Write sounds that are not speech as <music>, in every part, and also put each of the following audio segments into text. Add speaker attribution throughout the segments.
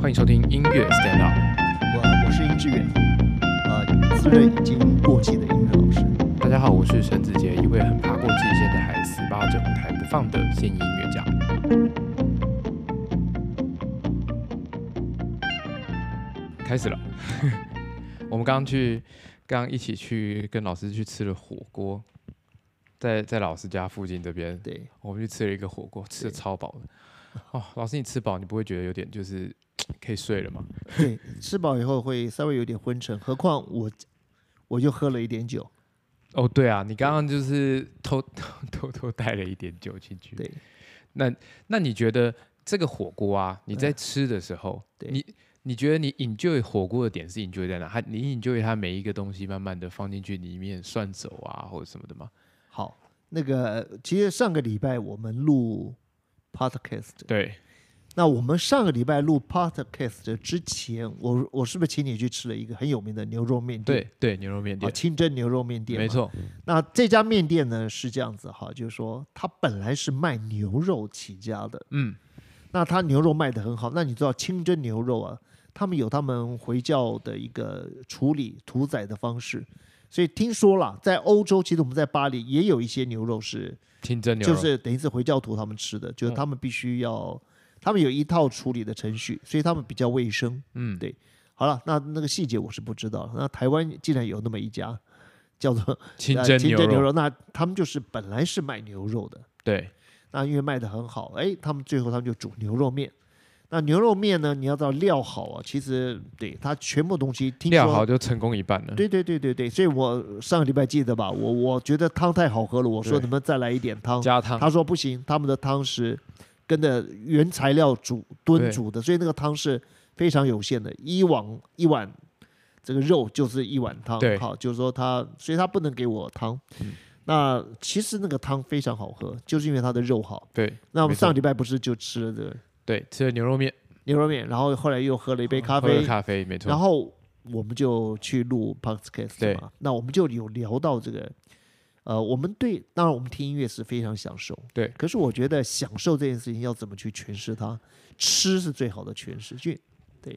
Speaker 1: 欢迎收听音乐 Stand Up。
Speaker 2: 我我是殷志远，呃，自认已经过气的音乐老师。
Speaker 1: 大家好，我是沈子杰，一位很爬过界限的还死扒着舞台不放的现役音乐家。开始了， <laughs> 我们刚刚去，刚刚一起去跟老师去吃了火锅，在在老师家附近这边，
Speaker 2: 对，
Speaker 1: 我们去吃了一个火锅，吃的
Speaker 2: 对
Speaker 1: 超饱的。哦，老师，你吃饱你不会觉得有点就是可以睡了吗？
Speaker 2: 对，吃饱以后会稍微有点昏沉，何况我我就喝了一点酒。
Speaker 1: 哦，对啊，你刚刚就是偷偷偷偷带了一点酒进去。
Speaker 2: 对，
Speaker 1: 那那你觉得这个火锅啊，你在吃的时候，
Speaker 2: 嗯对
Speaker 1: 你你觉得你 enjoy 火锅的点是 enjoy 在哪？它你 enjoy 它每一个东西慢慢的放进去里面涮走啊，或者什么的吗？
Speaker 2: 好，那个其实上个礼拜我们录 podcast，
Speaker 1: 对，
Speaker 2: 那我们上个礼拜录 podcast 之前，我我是不是请你去吃了一个很有名的牛肉面店？
Speaker 1: 对对，牛肉面
Speaker 2: 啊，
Speaker 1: 店，
Speaker 2: 清真牛肉面店，
Speaker 1: 没。错，
Speaker 2: 那这家面店呢是这样子哈，就是说它本来是卖牛肉起家的，
Speaker 1: 嗯，
Speaker 2: 那它牛肉卖得很好，那你知道清真牛肉啊，他们有他们回教的一个处理屠宰的方式，所以听说啦，在欧洲，其实我们在巴黎也有一些牛肉是，
Speaker 1: 清蒸牛
Speaker 2: 就
Speaker 1: 肉，嗯
Speaker 2: 是等于是回教徒他们吃的，就是他们必须要，他们有一套处理的程序，所以他们比较卫生。
Speaker 1: 嗯，
Speaker 2: 对好了，那那个细节我是不知道，那台湾竟然有那么一家叫做
Speaker 1: 清
Speaker 2: 呃
Speaker 1: 蒸
Speaker 2: 清
Speaker 1: 牛
Speaker 2: 真
Speaker 1: 肉，
Speaker 2: 牛肉，那他们就是本来是卖牛肉的，
Speaker 1: 对，
Speaker 2: 那因为卖的很好，哎，他们最后他们就煮牛肉面。那牛肉面呢，你要知道料好啊，其实对它全部东西听
Speaker 1: 料好
Speaker 2: 说。
Speaker 1: 就成功一半了。
Speaker 2: 对对对对对，所以我上个礼拜记得吧，我我觉得汤太好喝了，我说
Speaker 1: 对
Speaker 2: 能不能再来一点汤？
Speaker 1: 加汤，
Speaker 2: 他说不行，他们的汤是跟着原材料煮炖
Speaker 1: 对
Speaker 2: 煮的，所以那个汤是非常有限的，一碗一碗这个肉就是一碗汤
Speaker 1: 对，嗯
Speaker 2: 好，就是说他，所以他不能给我汤。那其实那个汤非常好喝，就是因为它的肉好。
Speaker 1: 对
Speaker 2: 那我
Speaker 1: 没
Speaker 2: 们
Speaker 1: 错
Speaker 2: 上礼拜不是就吃了这个
Speaker 1: 对，吃了牛肉面，
Speaker 2: 牛肉面，然后后来又喝了一杯咖
Speaker 1: 喝了
Speaker 2: 啡，
Speaker 1: 咖啡，没错，
Speaker 2: 然后我们就去录 podcast
Speaker 1: 对
Speaker 2: 嘛。那我们就有聊到这个，呃，我们对，当然我们听音乐是非常享受，
Speaker 1: 对
Speaker 2: 可是我觉得享受这件事情要怎么去诠释它，吃是最好的诠释。就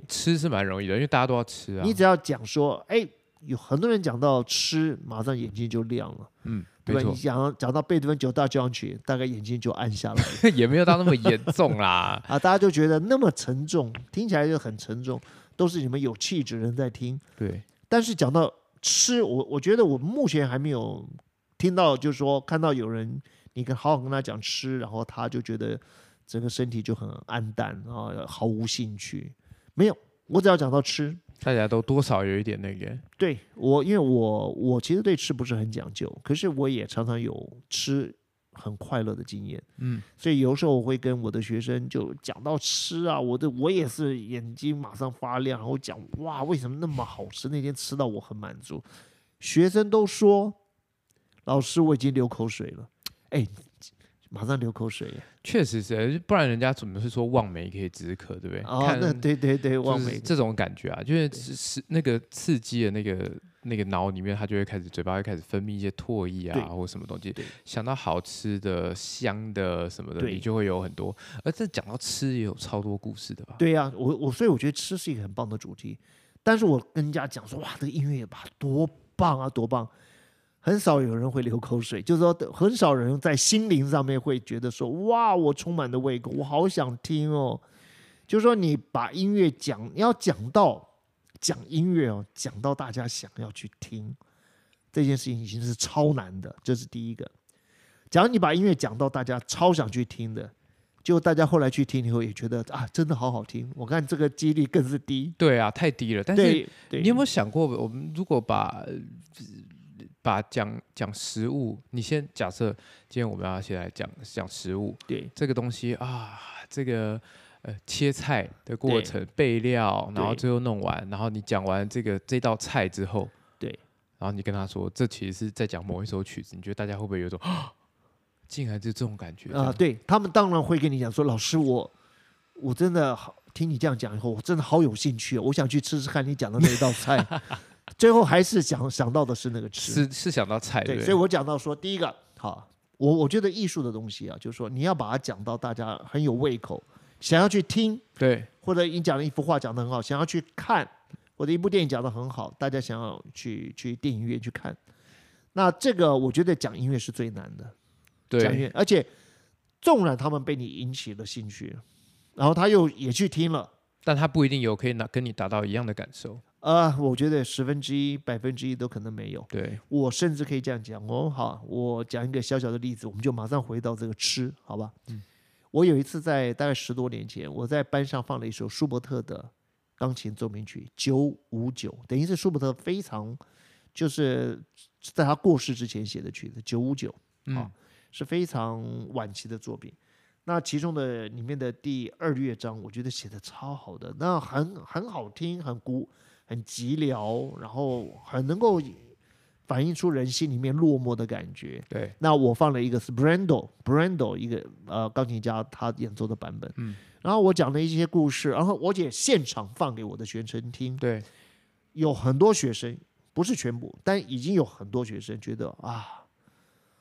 Speaker 1: 吃是蛮容易的，因为大家都要吃啊。
Speaker 2: 你只要讲说，哎，有很多人讲到吃，马上眼睛就亮了，
Speaker 1: 嗯，
Speaker 2: 对
Speaker 1: 没
Speaker 2: 吧？
Speaker 1: 错
Speaker 2: 你，讲讲到贝多芬九大交响曲，大概眼睛就暗下来了。
Speaker 1: <laughs> 也没有到那么严重啦。
Speaker 2: 啊，大家就觉得那么沉重，听起来就很沉重，都是你们有气质的人在听。
Speaker 1: <laughs> 对，
Speaker 2: 但是讲到吃，我我觉得我目前还没有听到，就是说看到有人你跟好好跟他讲吃，然后他就觉得整个身体就很暗淡啊，毫无兴趣。没有，我只要讲到吃，
Speaker 1: 大家都多少有一点那个，
Speaker 2: 对我，因为我我其实对吃不是很讲究，可是我也常常有吃很快乐的经验，
Speaker 1: 嗯，
Speaker 2: 所以有时候我会跟我的学生就讲到吃啊，我的我也是眼睛马上发亮，然后讲哇为什么那么好吃，那天吃到我很满足，学生都说老师我已经流口水了，哎，马上流口水了
Speaker 1: 确实是，不然人家怎么是说望梅可以止渴，对不对？
Speaker 2: 哦，
Speaker 1: 哎看
Speaker 2: 那对对对，
Speaker 1: 就
Speaker 2: 望
Speaker 1: 是
Speaker 2: 梅
Speaker 1: 这种感觉啊，就是是那个刺激的那个那个脑里面，它就会开始嘴巴会开始分泌一些唾液
Speaker 2: 对
Speaker 1: 啊，或什么东西
Speaker 2: 对。
Speaker 1: 想到好吃的、香的什么的，
Speaker 2: 对
Speaker 1: 你就会有很多。而这讲到吃也有超多故事的吧？
Speaker 2: 对呀、我我所以我觉得吃是一个很棒的主题，但是我跟人家讲说哇，这个音乐吧多棒啊，多棒，很少有人会流口水，就是说很少人在心灵上面会觉得说哇，我充满了胃口，我好想听哦。就是说你把音乐讲，你要讲到讲音乐哦，讲到大家想要去听这件事情已经是超难的，这是第一个。假如你把音乐讲到大家超想去听的，就大家后来去听以后也觉得啊，真的好好听。我看这个几率更是低。
Speaker 1: 对啊，太低了。但是
Speaker 2: 对对，
Speaker 1: 你有没有想过，我们如果把呃把讲讲食物，你先假设今天我们要先来讲讲食物，
Speaker 2: 对
Speaker 1: 这个东西啊，这个呃切菜的过
Speaker 2: 对
Speaker 1: 程、备料，然后
Speaker 2: 对
Speaker 1: 最后弄完，然后你讲完这个这道菜之后，
Speaker 2: 对，
Speaker 1: 然后你跟他说，这其实是在讲某一首曲子，你觉得大家会不会有一种，啊竟然就这种感觉
Speaker 2: 啊、
Speaker 1: 这样
Speaker 2: 对他们当然会跟你讲说，老师我我真的好听你这样讲以后，我真的好有兴趣哦，我想去吃吃看你讲的那一道菜。
Speaker 1: <laughs>
Speaker 2: 最后还是想想到的是那个吃，
Speaker 1: 是是想到菜
Speaker 2: 对，
Speaker 1: 不
Speaker 2: 所以我讲到说，第一个，好，我我觉得艺术的东西啊，就是说你要把它讲到大家很有胃口，想要去听，
Speaker 1: 对，
Speaker 2: 或者你讲了一幅画讲得很好，想要去看，或者一部电影讲得很好，大家想要去去电影院去看。那这个我觉得讲音乐是最难的，讲
Speaker 1: 对，
Speaker 2: 音乐，而且纵然他们被你引起了兴趣，然后他又也去听了，
Speaker 1: 但他不一定有可以拿跟你达到一样的感受，
Speaker 2: 呃，我觉得十分之一、百分之一都可能没有。
Speaker 1: 对，
Speaker 2: 我甚至可以这样讲哦，好，我讲一个小小的例子，我们就马上回到这个吃，好吧？嗯，我有一次在大概十多年前，我在班上放了一首舒伯特的钢琴奏鸣曲九五九，等于是舒伯特非常就是在他过世之前写的曲子九五九，
Speaker 1: 嗯
Speaker 2: 好，是非常晚期的作品。那其中的里面的第二乐章，我觉得写的超好的，那很很好听，很古，很寂寥，然后很能够反映出人心里面落寞的感觉。
Speaker 1: 对，
Speaker 2: 那我放了一个是 Brando Brando 一个呃钢琴家他演奏的版本，
Speaker 1: 嗯，
Speaker 2: 然后我讲了一些故事，然后我也现场放给我的学生听，
Speaker 1: 对，
Speaker 2: 有很多学生不是全部，但已经有很多学生觉得啊，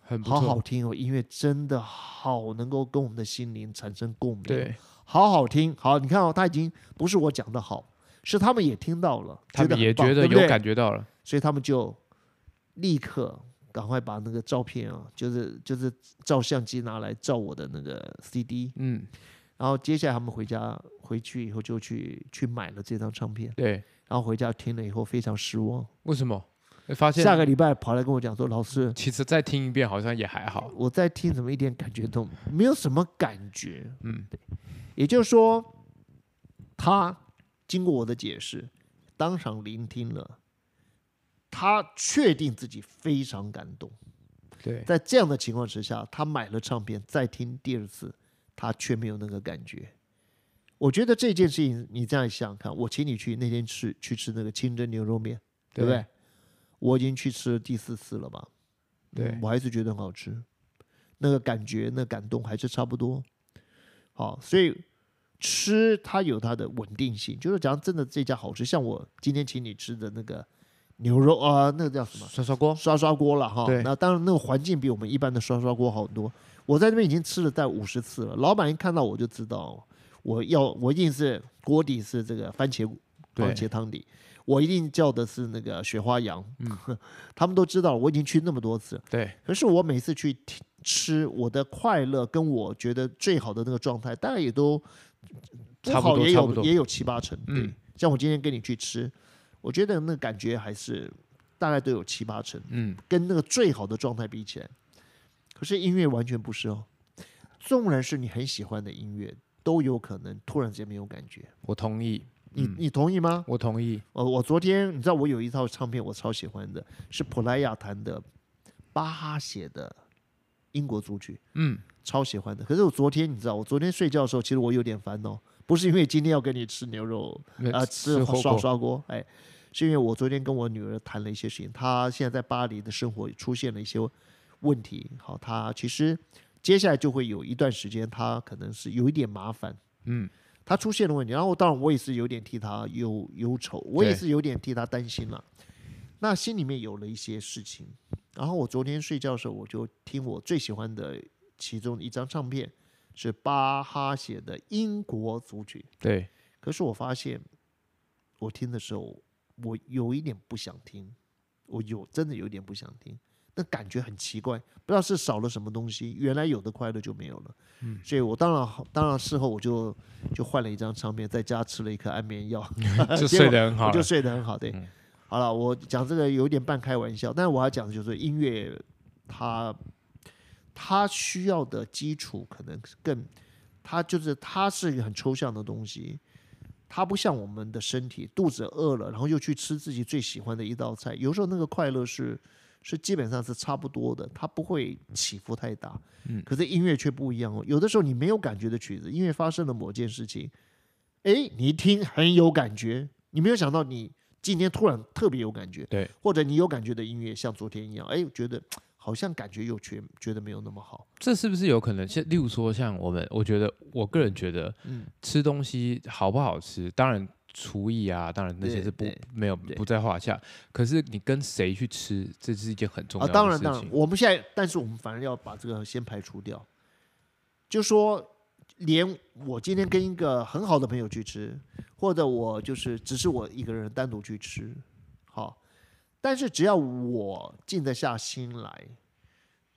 Speaker 1: 很不
Speaker 2: 好好
Speaker 1: 错，
Speaker 2: 听哦，音乐真的好能够跟我们的心灵产生共鸣，，
Speaker 1: 对，
Speaker 2: 好好听，好，你看哦，他已经不是我讲的好，是他们也听到了，
Speaker 1: 他们
Speaker 2: 很
Speaker 1: 也
Speaker 2: 棒
Speaker 1: 觉得
Speaker 2: 对不
Speaker 1: 有
Speaker 2: 对
Speaker 1: 感觉到了，
Speaker 2: 所以他们就立刻赶快把那个照片啊，就是就是照相机拿来照我的那个 CD，
Speaker 1: 嗯，
Speaker 2: 然后接下来他们回家回去以后就去去买了这张唱片，
Speaker 1: 对，
Speaker 2: 然后回家听了以后非常失望，
Speaker 1: 为什么？发现
Speaker 2: 下个礼拜跑来跟我讲说，老师，
Speaker 1: 其实再听一遍好像也还好，
Speaker 2: 我在听怎么一点感觉都没有什么感觉，
Speaker 1: 嗯，
Speaker 2: 也就是说，他经过我的解释，当场聆听了，他确定自己非常感动。
Speaker 1: 对，
Speaker 2: 在这样的情况之下，他买了唱片，再听第二次，他却没有那个感觉。我觉得这件事情，你这样想想看，我请你去那天吃去吃那个清蒸牛肉面，对不对？我已经去吃了第四次了吧？
Speaker 1: 对
Speaker 2: 嗯我还是觉得很好吃，那个感觉、那感动还是差不多。好，所以吃它有它的稳定性，就是讲真的，这家好吃。像我今天请你吃的那个牛肉啊、那个叫什么？
Speaker 1: 涮涮锅，
Speaker 2: 刷刷锅了哈。
Speaker 1: 对
Speaker 2: 那当然那个环境比我们一般的刷刷锅好很多。我在那边已经吃了在五十次了，老板一看到我就知道我要我一定是锅底是这个番茄
Speaker 1: 对
Speaker 2: 番茄汤底，我一定叫的是那个雪花羊。
Speaker 1: 嗯
Speaker 2: <laughs> 他们都知道我已经去那么多次，
Speaker 1: 对，
Speaker 2: 可是我每次去听吃，我的快乐跟我觉得最好的那个状态，大概也都嗯
Speaker 1: 差不多
Speaker 2: 好也
Speaker 1: 差不
Speaker 2: 有
Speaker 1: 多
Speaker 2: 也有七八成。对，
Speaker 1: 嗯
Speaker 2: 像我今天跟你去吃，我觉得那感觉还是大概都有七八成。
Speaker 1: 嗯，
Speaker 2: 跟那个最好的状态比起来，可是音乐完全不是哦。纵然是你很喜欢的音乐，都有可能突然之间没有感觉。
Speaker 1: 我同意，
Speaker 2: 你、你同意吗？
Speaker 1: 我同意，
Speaker 2: 呃，我昨天你知道我有一套唱片，我超喜欢的，是普莱亚弹的巴哈写的英国组曲，
Speaker 1: 嗯，
Speaker 2: 超喜欢的。可是我昨天你知道，我昨天睡觉的时候，其实我有点烦恼，不是因为今天要跟你吃牛肉，啊，吃
Speaker 1: 火
Speaker 2: 刷
Speaker 1: 锅，
Speaker 2: 刷锅，哎，是因为我昨天跟我女儿谈了一些事情，她现在在巴黎的生活出现了一些问题。好，她其实接下来就会有一段时间，她可能是有一点麻烦，
Speaker 1: 嗯，
Speaker 2: 她出现了问题，然后当然我也是有点替她忧忧愁，我也
Speaker 1: 对
Speaker 2: 是有点替她担心了。那心里面有了一些事情，然后我昨天睡觉的时候，我就听我最喜欢的其中一张唱片，是巴哈写的《英国组曲》。
Speaker 1: 对，
Speaker 2: 可是我发现，我听的时候，我有一点不想听，我有真的有一点不想听，那感觉很奇怪，不知道是少了什么东西，原来有的快乐就没有了。嗯，所以我当然当然事后我就就换了一张唱片，在家吃了一颗安眠药，
Speaker 1: 就
Speaker 2: <laughs> 结果
Speaker 1: 睡得很好
Speaker 2: 我就
Speaker 1: 了，嗯
Speaker 2: 睡得很好。对，好了，我讲这个有点半开玩笑，但是我要讲的就是音乐，它它需要的基础可能更，它就是它是一个很抽象的东西，它不像我们的身体，肚子饿了，然后又去吃自己最喜欢的一道菜，有时候那个快乐是。是基本上是差不多的，它不会起伏太大。
Speaker 1: 嗯
Speaker 2: 可是音乐却不一样哦。有的时候你没有感觉的曲子，因为发生了某件事情，诶，哎你一听很有感觉，你没有想到你今天突然特别有感觉， <laughs>
Speaker 1: 对，
Speaker 2: 或者你有感觉的音乐像昨天一样，哎，觉得好像感觉又缺，觉得没有那么好，
Speaker 1: 这是不是有可能？像例如说，像我们，我觉得我个人觉得，
Speaker 2: 嗯
Speaker 1: 吃东西好不好吃，当然厨艺啊，当然那些
Speaker 2: 对
Speaker 1: 是不
Speaker 2: 对
Speaker 1: 没有
Speaker 2: 对
Speaker 1: 不在话下。可是你跟谁去吃，这是一件很重
Speaker 2: 啊，
Speaker 1: 要的
Speaker 2: 当然
Speaker 1: 事
Speaker 2: 当然，
Speaker 1: 情。
Speaker 2: 我们现在，但是我们反而要把这个先排除掉，就说连我今天跟一个很好的朋友去吃，或者我就是只是我一个人单独去吃，好，但是只要我静得下心来，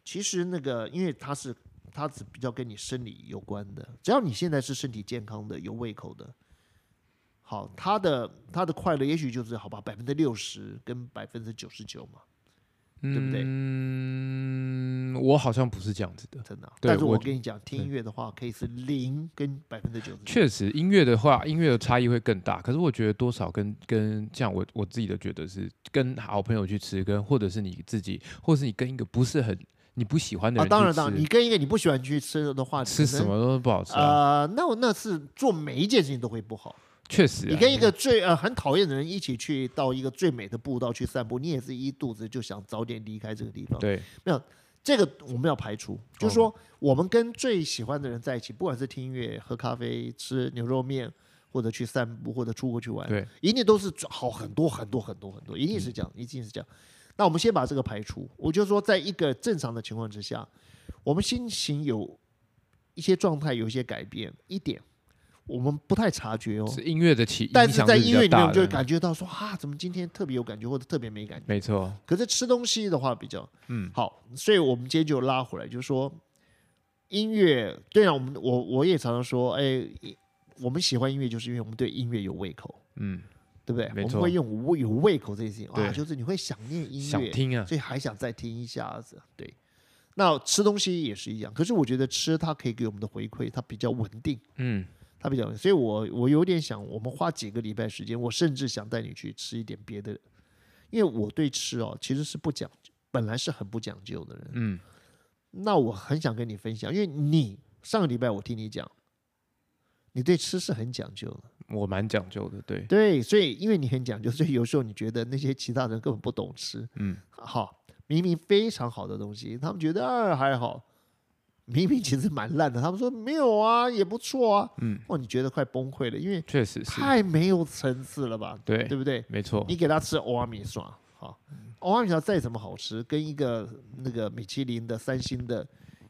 Speaker 2: 其实那个因为它是它是比较跟你生理有关的，只要你现在是身体健康的、有胃口的，好，他的他的快乐也许就是好吧，百分之六十跟百分之九十九嘛，对不对
Speaker 1: 嗯，我好像不是这样子的。
Speaker 2: 真的啊。
Speaker 1: 对
Speaker 2: 但是
Speaker 1: 我
Speaker 2: 我跟你讲，听音乐的话可以是零跟百分之九十九，
Speaker 1: 确实，音乐的话，音乐的差异会更大。可是我觉得多少跟跟这样，我我自己的觉得是跟好朋友去吃，跟或者是你自己，或是你跟一个不是很你不喜欢的
Speaker 2: 啊，
Speaker 1: 人去吃，
Speaker 2: 当然，当然，你跟一个你不喜欢去吃的话，
Speaker 1: 吃
Speaker 2: 可能
Speaker 1: 什？么都不好吃、啊。
Speaker 2: 呃，那我那是做每一件事情都会不好。
Speaker 1: 确实、啊，
Speaker 2: 你跟一个最呃很讨厌的人一起去到一个最美的步道去散步，你也是一肚子就想早点离开这个地方。
Speaker 1: 对哦
Speaker 2: 这个我们要排除，就是说我们跟最喜欢的人在一起，不管是听音乐、喝咖啡、吃牛肉面，或者去散步，或者出国去玩，
Speaker 1: 对，
Speaker 2: 一定都是好很多很多很多很多，一
Speaker 1: 嗯
Speaker 2: 定是这样，一定是这样。那我们先把这个排除，我就说，在一个正常的情况之下，我们心情有一些状态有一些改变，一点我们不太察觉哦，
Speaker 1: 是音乐的起，
Speaker 2: 但
Speaker 1: 影
Speaker 2: 是
Speaker 1: 响
Speaker 2: 在
Speaker 1: 力比
Speaker 2: 音
Speaker 1: 较
Speaker 2: 乐里面
Speaker 1: 大
Speaker 2: 我们就会
Speaker 1: 的
Speaker 2: 感觉到说啊，怎么今天特别有感觉，或者特别没感觉。
Speaker 1: 没错，
Speaker 2: 可是吃东西的话比较，嗯，好，所以我们今天就拉回来，就是说音乐，对啊，我们我我也常常说，哎，一我们喜欢音乐，就是因为我们对音乐有胃口，
Speaker 1: 嗯，
Speaker 2: 对不对？
Speaker 1: 没
Speaker 2: 我
Speaker 1: 错
Speaker 2: 们会用胃有胃口这件事情啊，
Speaker 1: 对
Speaker 2: 就是你会想念音
Speaker 1: 想
Speaker 2: 乐，
Speaker 1: 听啊，
Speaker 2: 所以还想再听一下子，对。那吃东西也是一样，可是我觉得吃它可以给我们的回馈，它比较稳定，
Speaker 1: 嗯，
Speaker 2: 它比较稳定，所以我我有点想，我们花几个礼拜时间，我甚至想带你去吃一点别的，因为我对吃哦其实是不讲，本来是很不讲究的人，
Speaker 1: 嗯，
Speaker 2: 那我很想跟你分享，因为你上个礼拜我听你讲，你对吃是很讲究的，
Speaker 1: 我蛮讲究的，对，
Speaker 2: 对，所以因为你很讲究，所以有时候你觉得那些其他人根本不懂吃，
Speaker 1: 嗯，
Speaker 2: 好，明明非常好的东西，他们觉得啊还好，明明其实蛮烂的，他们说没有啊，也不错啊，
Speaker 1: 嗯，
Speaker 2: 哦，你觉得快崩溃了，因为
Speaker 1: 确实是，
Speaker 2: 太没有层次了吧，
Speaker 1: 对，
Speaker 2: 对不对？
Speaker 1: 没错，
Speaker 2: 你给他吃欧阿米刷，好，欧阿米刷再怎么好吃，跟一个那个米其林的三星的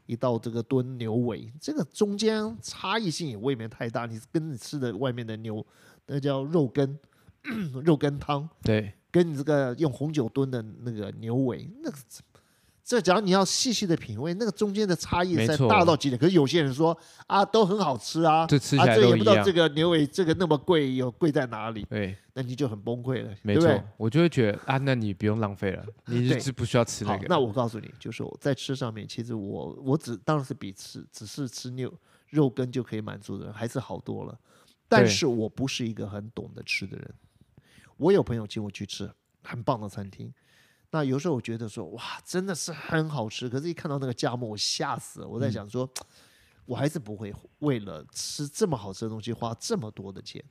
Speaker 2: 一道这个炖牛尾，这个中间差异性也未免太大。你跟你吃的外面的牛，那叫肉羹、 <clears throat> 肉羹汤，
Speaker 1: 对，
Speaker 2: 跟你这个用红酒炖的那个牛尾，那个这只要你要细细的品味，那个中间的差异
Speaker 1: 没
Speaker 2: 在
Speaker 1: 错
Speaker 2: 大到极点。可是有些人说啊，都很好吃啊，
Speaker 1: 这吃起
Speaker 2: 啊，
Speaker 1: 来
Speaker 2: 这
Speaker 1: 都
Speaker 2: 也
Speaker 1: 一
Speaker 2: 不知道
Speaker 1: 样
Speaker 2: 这，个牛尾这个那么贵，有贵在哪里？
Speaker 1: 对，
Speaker 2: 那你就很崩溃了，
Speaker 1: 没
Speaker 2: 对不对
Speaker 1: 错？，我就会觉得啊，那你不用浪费了，你
Speaker 2: 对
Speaker 1: 就是不需要吃那
Speaker 2: 好
Speaker 1: 个，，
Speaker 2: 那我告诉你，就是我在吃上面，其实我我只当然是比吃只是吃牛肉羹就可以满足的人，还是好多了。但
Speaker 1: 对
Speaker 2: 是我不是一个很懂得吃的人。我有朋友请我去吃很棒的餐厅，那有时候我觉得说哇，真的是很好吃，可是一看到那个价目，我吓死了。我在
Speaker 1: 嗯
Speaker 2: 想说，我还是不会为了吃这么好吃的东西花这么多的钱。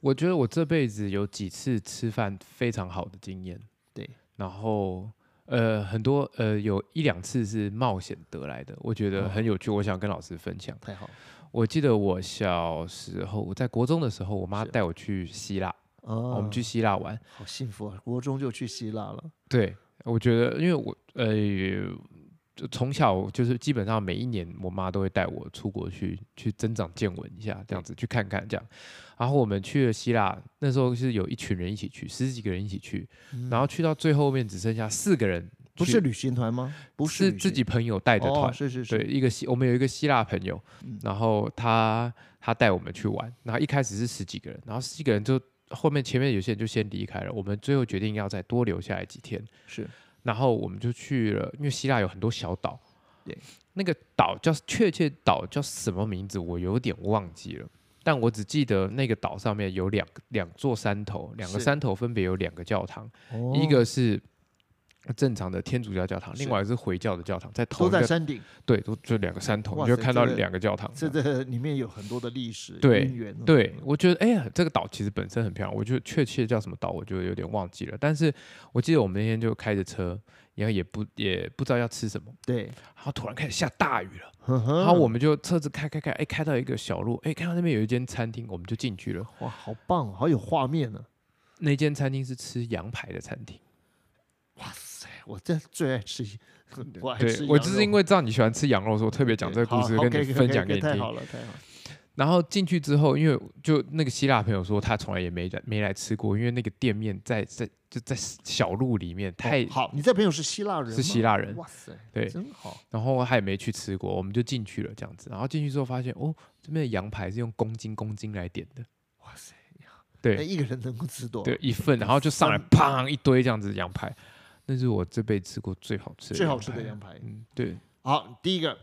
Speaker 1: 我觉得我这辈子有几次吃饭非常好的经验，
Speaker 2: 对，
Speaker 1: 然后呃很多呃有一两次是冒险得来的，我觉得很有趣，我想跟老师分享。
Speaker 2: 太好了，
Speaker 1: 我记得我小时候，我在国中的时候，我妈带我去希腊，
Speaker 2: 哦
Speaker 1: 我们去希腊玩，
Speaker 2: 好幸福啊！国中就去希腊了，
Speaker 1: 对，我觉得，因为我呃，就从小就是基本上每一年，我妈都会带我出国去去增长见闻一下，这样子去看看这样。然后我们去了希腊，那时候是有一群人一起去，十几个人一起去，然后去到最后面只剩下四个人去，
Speaker 2: 嗯不是旅行团吗？不
Speaker 1: 是
Speaker 2: 旅
Speaker 1: 自
Speaker 2: 行
Speaker 1: 己朋友带的团
Speaker 2: 哦，，是是
Speaker 1: 对，
Speaker 2: 是，嗯
Speaker 1: 一个希我们有一个希腊朋友，然后他他带我们去玩，然后一开始是十几个人，然后十几个人就后面前面有些人就先离开了，我们最后决定要再多留下来几天。
Speaker 2: 是
Speaker 1: 然后我们就去了，因为希腊有很多小岛，
Speaker 2: 对，
Speaker 1: 那个岛叫确切岛叫什么名字，我有点忘记了，但我只记得那个岛上面有两个两座山头，两个
Speaker 2: 是
Speaker 1: 山头分别有两个教堂，
Speaker 2: 哦
Speaker 1: 一个是正常的天主教教堂，
Speaker 2: 是
Speaker 1: 另外一个是回教的教堂，在同
Speaker 2: 都
Speaker 1: 一
Speaker 2: 在
Speaker 1: 个
Speaker 2: 山顶，
Speaker 1: 对，都就两个山头，
Speaker 2: 哇
Speaker 1: 你就
Speaker 2: 塞
Speaker 1: 会看到
Speaker 2: 这个
Speaker 1: 两个教堂。
Speaker 2: 这这里面有很多的历史
Speaker 1: 对
Speaker 2: 渊源哦。
Speaker 1: 对，我觉得哎呀，这个岛其实本身很漂亮，我就确切叫什么岛，我就有点忘记了。但是我记得我们那天就开着车，然后也不也不知道要吃什么，
Speaker 2: 对，
Speaker 1: 然后突然开始下大雨了，
Speaker 2: 然
Speaker 1: 然后我们就车子开开开，哎，开到一个小路，哎，看到那边有一间餐厅，我们就进去了。
Speaker 2: 哇，好棒，好有画面呢。哦
Speaker 1: 那间餐厅是吃羊排的餐厅，
Speaker 2: 哇塞，我真最爱吃，我爱哎吃
Speaker 1: 对我就是因
Speaker 2: 为
Speaker 1: 为知道你喜欢吃羊肉，所以我特别讲这个故事跟你分享给你
Speaker 2: 太
Speaker 1: 听
Speaker 2: 好。了，太好了。
Speaker 1: 然后进去之后，因为就那个希腊朋友说他从来也没来没来吃过，因为那个店面在在就在小路里面，太、
Speaker 2: 哦好，你这朋友是希腊人吗，
Speaker 1: 是希腊人
Speaker 2: 哇塞，
Speaker 1: 对
Speaker 2: 真好。
Speaker 1: 然后他也没去吃过，我们就进去了这样子。然后进去之后发现，哦，这边的羊排是用公斤公斤来点的，
Speaker 2: 哇塞，
Speaker 1: 对
Speaker 2: 那一个人能够吃多少？
Speaker 1: 对，一份，然后就上来
Speaker 2: 三
Speaker 1: 砰一堆这样子羊排，那是我这辈子吃过最好吃的
Speaker 2: 最好吃的
Speaker 1: 排
Speaker 2: 羊排。
Speaker 1: 嗯，对，
Speaker 2: 好，第一个，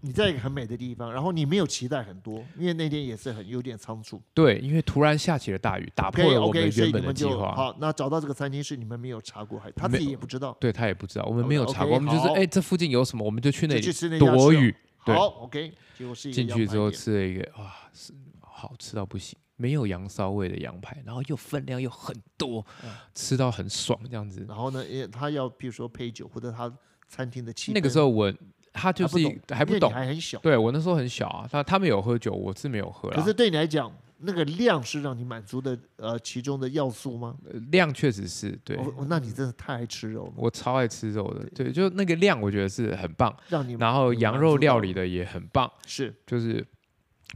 Speaker 2: 你在一个很美的地方，然后你没有期待很多，因为那天也是很有点仓促，
Speaker 1: 对，因为突然下起了大雨，打破
Speaker 2: OK
Speaker 1: 了我
Speaker 2: OK，所
Speaker 1: 原
Speaker 2: 以你
Speaker 1: 本的
Speaker 2: 们
Speaker 1: 计
Speaker 2: 就
Speaker 1: 划。
Speaker 2: 好。那找到这个餐厅是你们没有查过，还他自己也不知道，
Speaker 1: 对他也不知道，我们
Speaker 2: OK，
Speaker 1: 没有查过，
Speaker 2: OK，
Speaker 1: 我们就是
Speaker 2: 好
Speaker 1: 哎、这附近有什么，我们就去那
Speaker 2: 就
Speaker 1: 里
Speaker 2: 去吃那家
Speaker 1: 躲
Speaker 2: 吃了
Speaker 1: 雨。对
Speaker 2: 好，OK，结果是一个
Speaker 1: 进去之后
Speaker 2: 羊排店
Speaker 1: 吃了一个，哇，是好吃到不行，没有羊骚味的羊排，然后又分量又很多，
Speaker 2: 嗯
Speaker 1: 吃到很爽这样子。
Speaker 2: 然后呢，也他要比如说配酒或者他餐厅的气氛，
Speaker 1: 那个时候我他就
Speaker 2: 还不
Speaker 1: 是一
Speaker 2: 懂
Speaker 1: 还不
Speaker 2: 因为
Speaker 1: 懂
Speaker 2: 你，还很小，
Speaker 1: 对我那时候很小啊，他他们有喝酒，我是没有喝啦。
Speaker 2: 可是对你来讲，那个量是让你满足的呃其中的要素吗？
Speaker 1: 呃量确实是对。
Speaker 2: 哦哦那你真的太爱吃肉了，
Speaker 1: 我超爱吃肉的，对，就那个量我觉得是很棒，
Speaker 2: 让你
Speaker 1: 然后
Speaker 2: 有
Speaker 1: 羊
Speaker 2: 满
Speaker 1: 肉
Speaker 2: 足到
Speaker 1: 料理的也很棒，
Speaker 2: 是
Speaker 1: 就是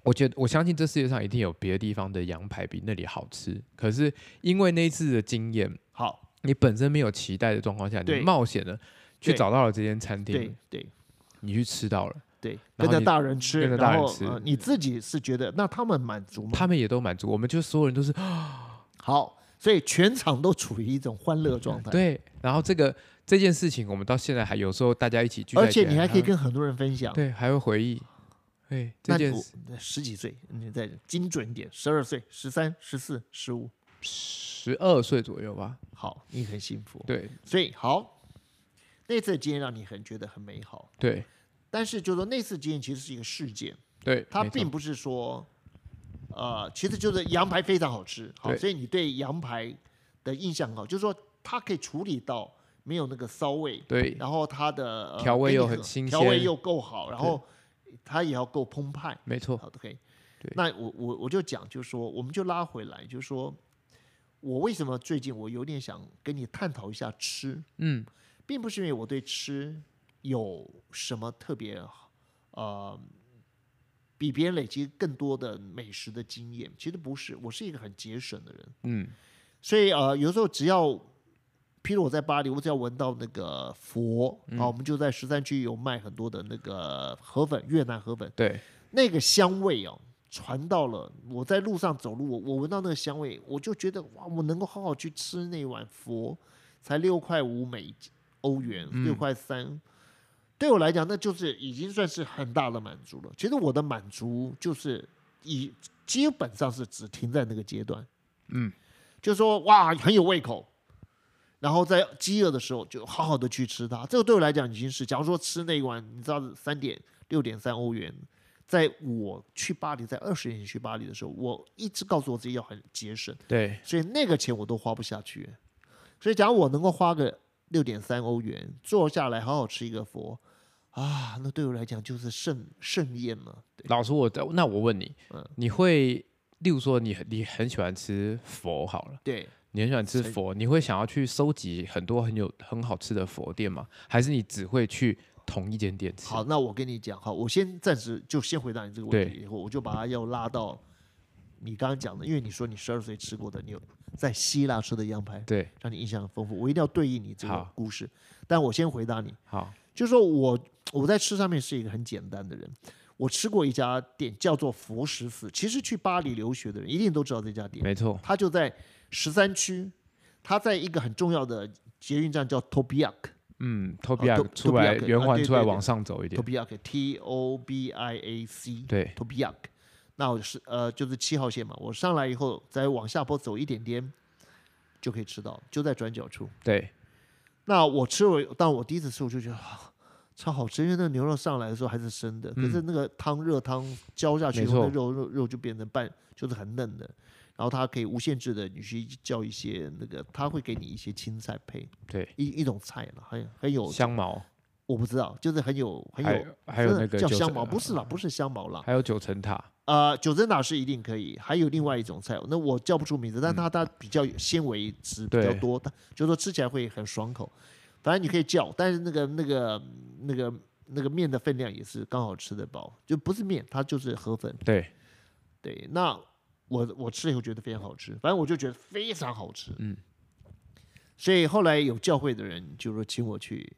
Speaker 1: 我觉得我相信这世界上一定有别的地方的羊排比那里好吃，可是因为那一次的经验，
Speaker 2: 好，
Speaker 1: 你本身没有期待的状况下，你
Speaker 2: 对
Speaker 1: 冒险了去
Speaker 2: 对
Speaker 1: 找到了这间餐
Speaker 2: 对
Speaker 1: 厅，
Speaker 2: 对
Speaker 1: 你去吃到了，
Speaker 2: 对，
Speaker 1: 然
Speaker 2: 跟
Speaker 1: 后
Speaker 2: 着
Speaker 1: 你
Speaker 2: 大人吃，
Speaker 1: 跟着
Speaker 2: 然
Speaker 1: 大人
Speaker 2: 后
Speaker 1: 吃
Speaker 2: 呃你自己是觉得那他们满足吗？
Speaker 1: 他们也都满足，我们就所有人都是
Speaker 2: 好，所以全场都处于一种欢乐状态。，
Speaker 1: 对。然后这个这件事情，我们到现在还有时候大家一起聚在
Speaker 2: 而
Speaker 1: 一起，
Speaker 2: 且你还可以
Speaker 1: 会
Speaker 2: 跟很多人分享。
Speaker 1: 对还会回忆，对这
Speaker 2: 那
Speaker 1: 件
Speaker 2: 我呃
Speaker 1: 事
Speaker 2: 十几岁，你再精准一点，十二岁、十三、十四、十五，
Speaker 1: 十二岁左右吧，
Speaker 2: 好，你很幸福。
Speaker 1: 对
Speaker 2: 所以好，那次的经验让你很觉得很美好，
Speaker 1: 对
Speaker 2: 但是就是说那次经验其实是一个事件，
Speaker 1: 对，
Speaker 2: 它
Speaker 1: 没错
Speaker 2: 并不是说，呃，其实就是羊排非常好吃，好，
Speaker 1: 对
Speaker 2: 所以你对羊排的印象很好，就是说它可以处理到没有那个骚味，
Speaker 1: 对
Speaker 2: 然后它的、呃
Speaker 1: 调味
Speaker 2: 给你
Speaker 1: 又
Speaker 2: 很
Speaker 1: 很新
Speaker 2: 调味
Speaker 1: 鲜
Speaker 2: 又够好，然后它也要够澎湃。
Speaker 1: 没错，
Speaker 2: 好，OK。
Speaker 1: 对
Speaker 2: 那我我我就讲，就是说，我们就拉回来，就是说我为什么最近我有点想跟你探讨一下吃，
Speaker 1: 嗯
Speaker 2: 并不是因为我对吃有什么特别呃比别人累积更多的美食的经验，其实不是，我是一个很节省的人，
Speaker 1: 嗯
Speaker 2: 所以呃，有时候只要，譬如我在巴黎，我只要闻到那个佛，
Speaker 1: 嗯
Speaker 2: 啊，我们就在十三区有卖很多的那个河粉，越南河粉，
Speaker 1: 对
Speaker 2: 那个香味哦，传到了我在路上走路，我我闻到那个香味，我就觉得哇，我能够好好去吃那碗佛，才六块五美欧元，六块三。对我来讲，那就是已经算是很大的满足了。其实我的满足就是以基本上是只停在那个阶段，
Speaker 1: 嗯，
Speaker 2: 就说哇很有胃口，然后在饥饿的时候就好好的去吃它。这个对我来讲已经是，假如说吃那一碗，你知道三点六点三欧元，在我去巴黎，在二十年前去巴黎的时候，我一直告诉我自己要很节省，
Speaker 1: 对
Speaker 2: 所以那个钱我都花不下去。所以，假如我能够花个六点三欧元，坐下来好好吃一个佛，啊，那对我来讲就是盛盛宴了。对，
Speaker 1: 老师我，那我问你，
Speaker 2: 嗯
Speaker 1: 你会，例如说你很你很喜欢吃佛好了，
Speaker 2: 对
Speaker 1: 你很喜欢吃
Speaker 2: 谁
Speaker 1: 佛，你会想要去收集很多很有很好吃的佛店吗？还是你只会去同一间店吃？
Speaker 2: 好，那我跟你讲，好，我先暂时就先回答你这个问题，以后我就把它要拉到你刚刚讲的，因为你说你十二岁吃过的，你有在希腊吃的羊排，
Speaker 1: 对，
Speaker 2: 让你印象很丰富，我一定要对应你这个
Speaker 1: 好
Speaker 2: 故事。但我先回答你，
Speaker 1: 好，
Speaker 2: 就是说我我在吃上面是一个很简单的人。我吃过一家店叫做佛十寺，其实去巴黎留学的人一定都知道这家店，
Speaker 1: 没错，
Speaker 2: 它就在十三区，它在一个很重要的捷运站叫 Tobiac
Speaker 1: 嗯，托比亚
Speaker 2: 哦都
Speaker 1: 出来
Speaker 2: 都比亚
Speaker 1: 圆
Speaker 2: 啊
Speaker 1: 环
Speaker 2: 对
Speaker 1: 出来
Speaker 2: 对对
Speaker 1: 往上走一点，
Speaker 2: Tobiac T O B I A C
Speaker 1: 对
Speaker 2: Tobiac。那我是呃就是七号线嘛，我上来以后再往下坡走一点点，就可以吃到，就在转角处。
Speaker 1: 对
Speaker 2: 那我吃我，但我第一次吃我就觉得、啊超好吃，因为那个牛肉上来的时候还是生的，可是那个汤热汤浇下去
Speaker 1: 嗯
Speaker 2: 以
Speaker 1: 没
Speaker 2: 后，
Speaker 1: 错
Speaker 2: 那肉肉肉就变成半，就是很嫩的。然后它可以无限制的，你去叫一些那个，它会给你一些青菜配
Speaker 1: 对，
Speaker 2: 一一种菜了，很很有，
Speaker 1: 香茅，
Speaker 2: 我不知道，就是很有很
Speaker 1: 还
Speaker 2: 哦有，
Speaker 1: 有还有
Speaker 2: 真的
Speaker 1: 那个啊
Speaker 2: 叫
Speaker 1: 九
Speaker 2: 香
Speaker 1: 层
Speaker 2: 茅，不是啦，不是香茅啦，
Speaker 1: 还有九层塔，
Speaker 2: 呃，九层塔是一定可以，还有另外一种菜，那我叫不出名字，但它它比较有纤维质比较
Speaker 1: 对
Speaker 2: 多，它就是说吃起来会很爽口。反正你可以叫，但是那个那个那个那个面的分量也是刚好吃得饱，就不是面，它就是河粉。
Speaker 1: 对，
Speaker 2: 对，那我我吃了以后觉得非常好吃，反正我就觉得非常好吃。
Speaker 1: 嗯，
Speaker 2: 所以后来有教会的人就说请我去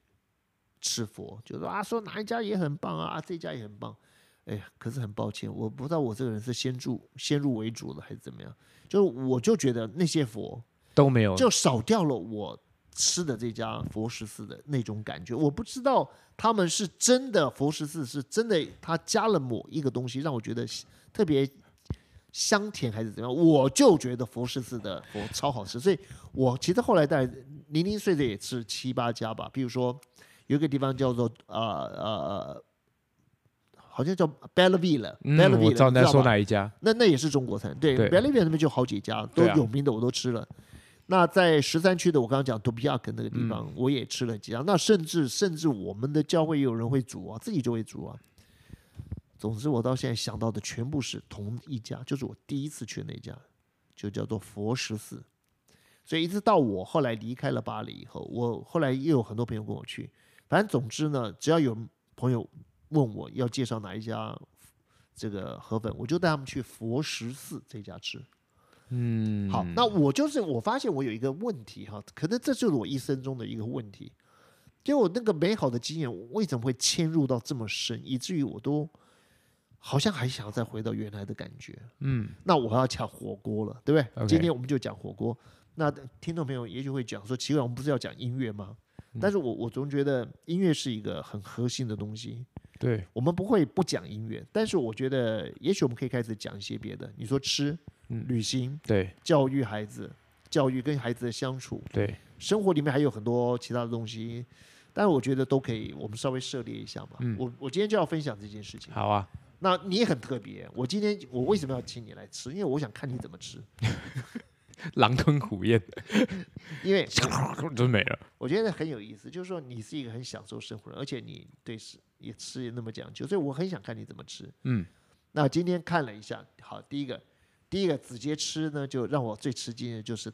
Speaker 2: 吃佛，就说啊说哪一家也很棒啊，啊这家也很棒。哎呀，可是很抱歉，我不知道我这个人是先入先入为主了还是怎么样，就是我就觉得那些佛
Speaker 1: 都没有，
Speaker 2: 就少掉了我吃的这家佛十寺的那种感觉。我不知道他们是真的佛十寺是真的，他加了某一个东西让我觉得特别香甜还是怎么样，我就觉得佛十寺的佛超好吃。所以我其实后来在零零碎碎也吃七八家吧，比如说有一个地方叫做呃呃。好像叫 Belleville，Belleville，、
Speaker 1: 嗯，我知道你在
Speaker 2: 吧
Speaker 1: 说哪一家，
Speaker 2: 那那也是中国餐，对
Speaker 1: 对
Speaker 2: b e l l i v i a 那边就好几家都
Speaker 1: 对啊
Speaker 2: 有名的，我都吃了。那在十三区的，我刚刚讲 d o b i a k 那个地
Speaker 1: 嗯
Speaker 2: 方，我也吃了几家。那甚至甚至我们的教会也有人会煮啊，自己就会煮啊。总之，我到现在想到的全部是同一家，就是我第一次去那家，就叫做佛十寺。所以一直到我后来离开了巴黎以后，我后来又有很多朋友跟我去。反正总之呢，只要有朋友问我要介绍哪一家这个河粉，我就带他们去佛十寺这家吃。
Speaker 1: 嗯，
Speaker 2: 好，那我就是我发现我有一个问题哈，可能这就是我一生中的一个问题，就我那个美好的经验我为什么会嵌入到这么深，以至于我都好像还想要再回到原来的感觉。
Speaker 1: 嗯，
Speaker 2: 那我要讲火锅了，对不对
Speaker 1: OK
Speaker 2: 今天我们就讲火锅。那听众朋友也许会讲说，奇怪，我们不是要讲音乐吗？
Speaker 1: 嗯
Speaker 2: 但是我我总觉得音乐是一个很核心的东西，
Speaker 1: 对，
Speaker 2: 我们不会不讲音乐，但是我觉得也许我们可以开始讲一些别的。你说吃、
Speaker 1: 嗯
Speaker 2: 旅行、
Speaker 1: 对，
Speaker 2: 教育孩子、教育跟孩子的相处，
Speaker 1: 对，
Speaker 2: 生活里面还有很多其他的东西，但我觉得都可以，我们稍微涉猎一下嘛。
Speaker 1: 嗯
Speaker 2: 我我今天就要分享这件事情。
Speaker 1: 好啊，
Speaker 2: 那你也很特别，我今天我为什么要请你来吃？因为我想看你怎么吃，
Speaker 1: 狼吞虎咽， <laughs>
Speaker 2: 因为
Speaker 1: 就没了。
Speaker 2: 我觉得很有意思，就是说你是一个很享受生活的人，而且你对吃也吃也那么讲究，所以我很想看你怎么吃。
Speaker 1: 嗯，
Speaker 2: 那今天看了一下，好，第一个，第一个直接吃呢，就让我最吃惊的就是，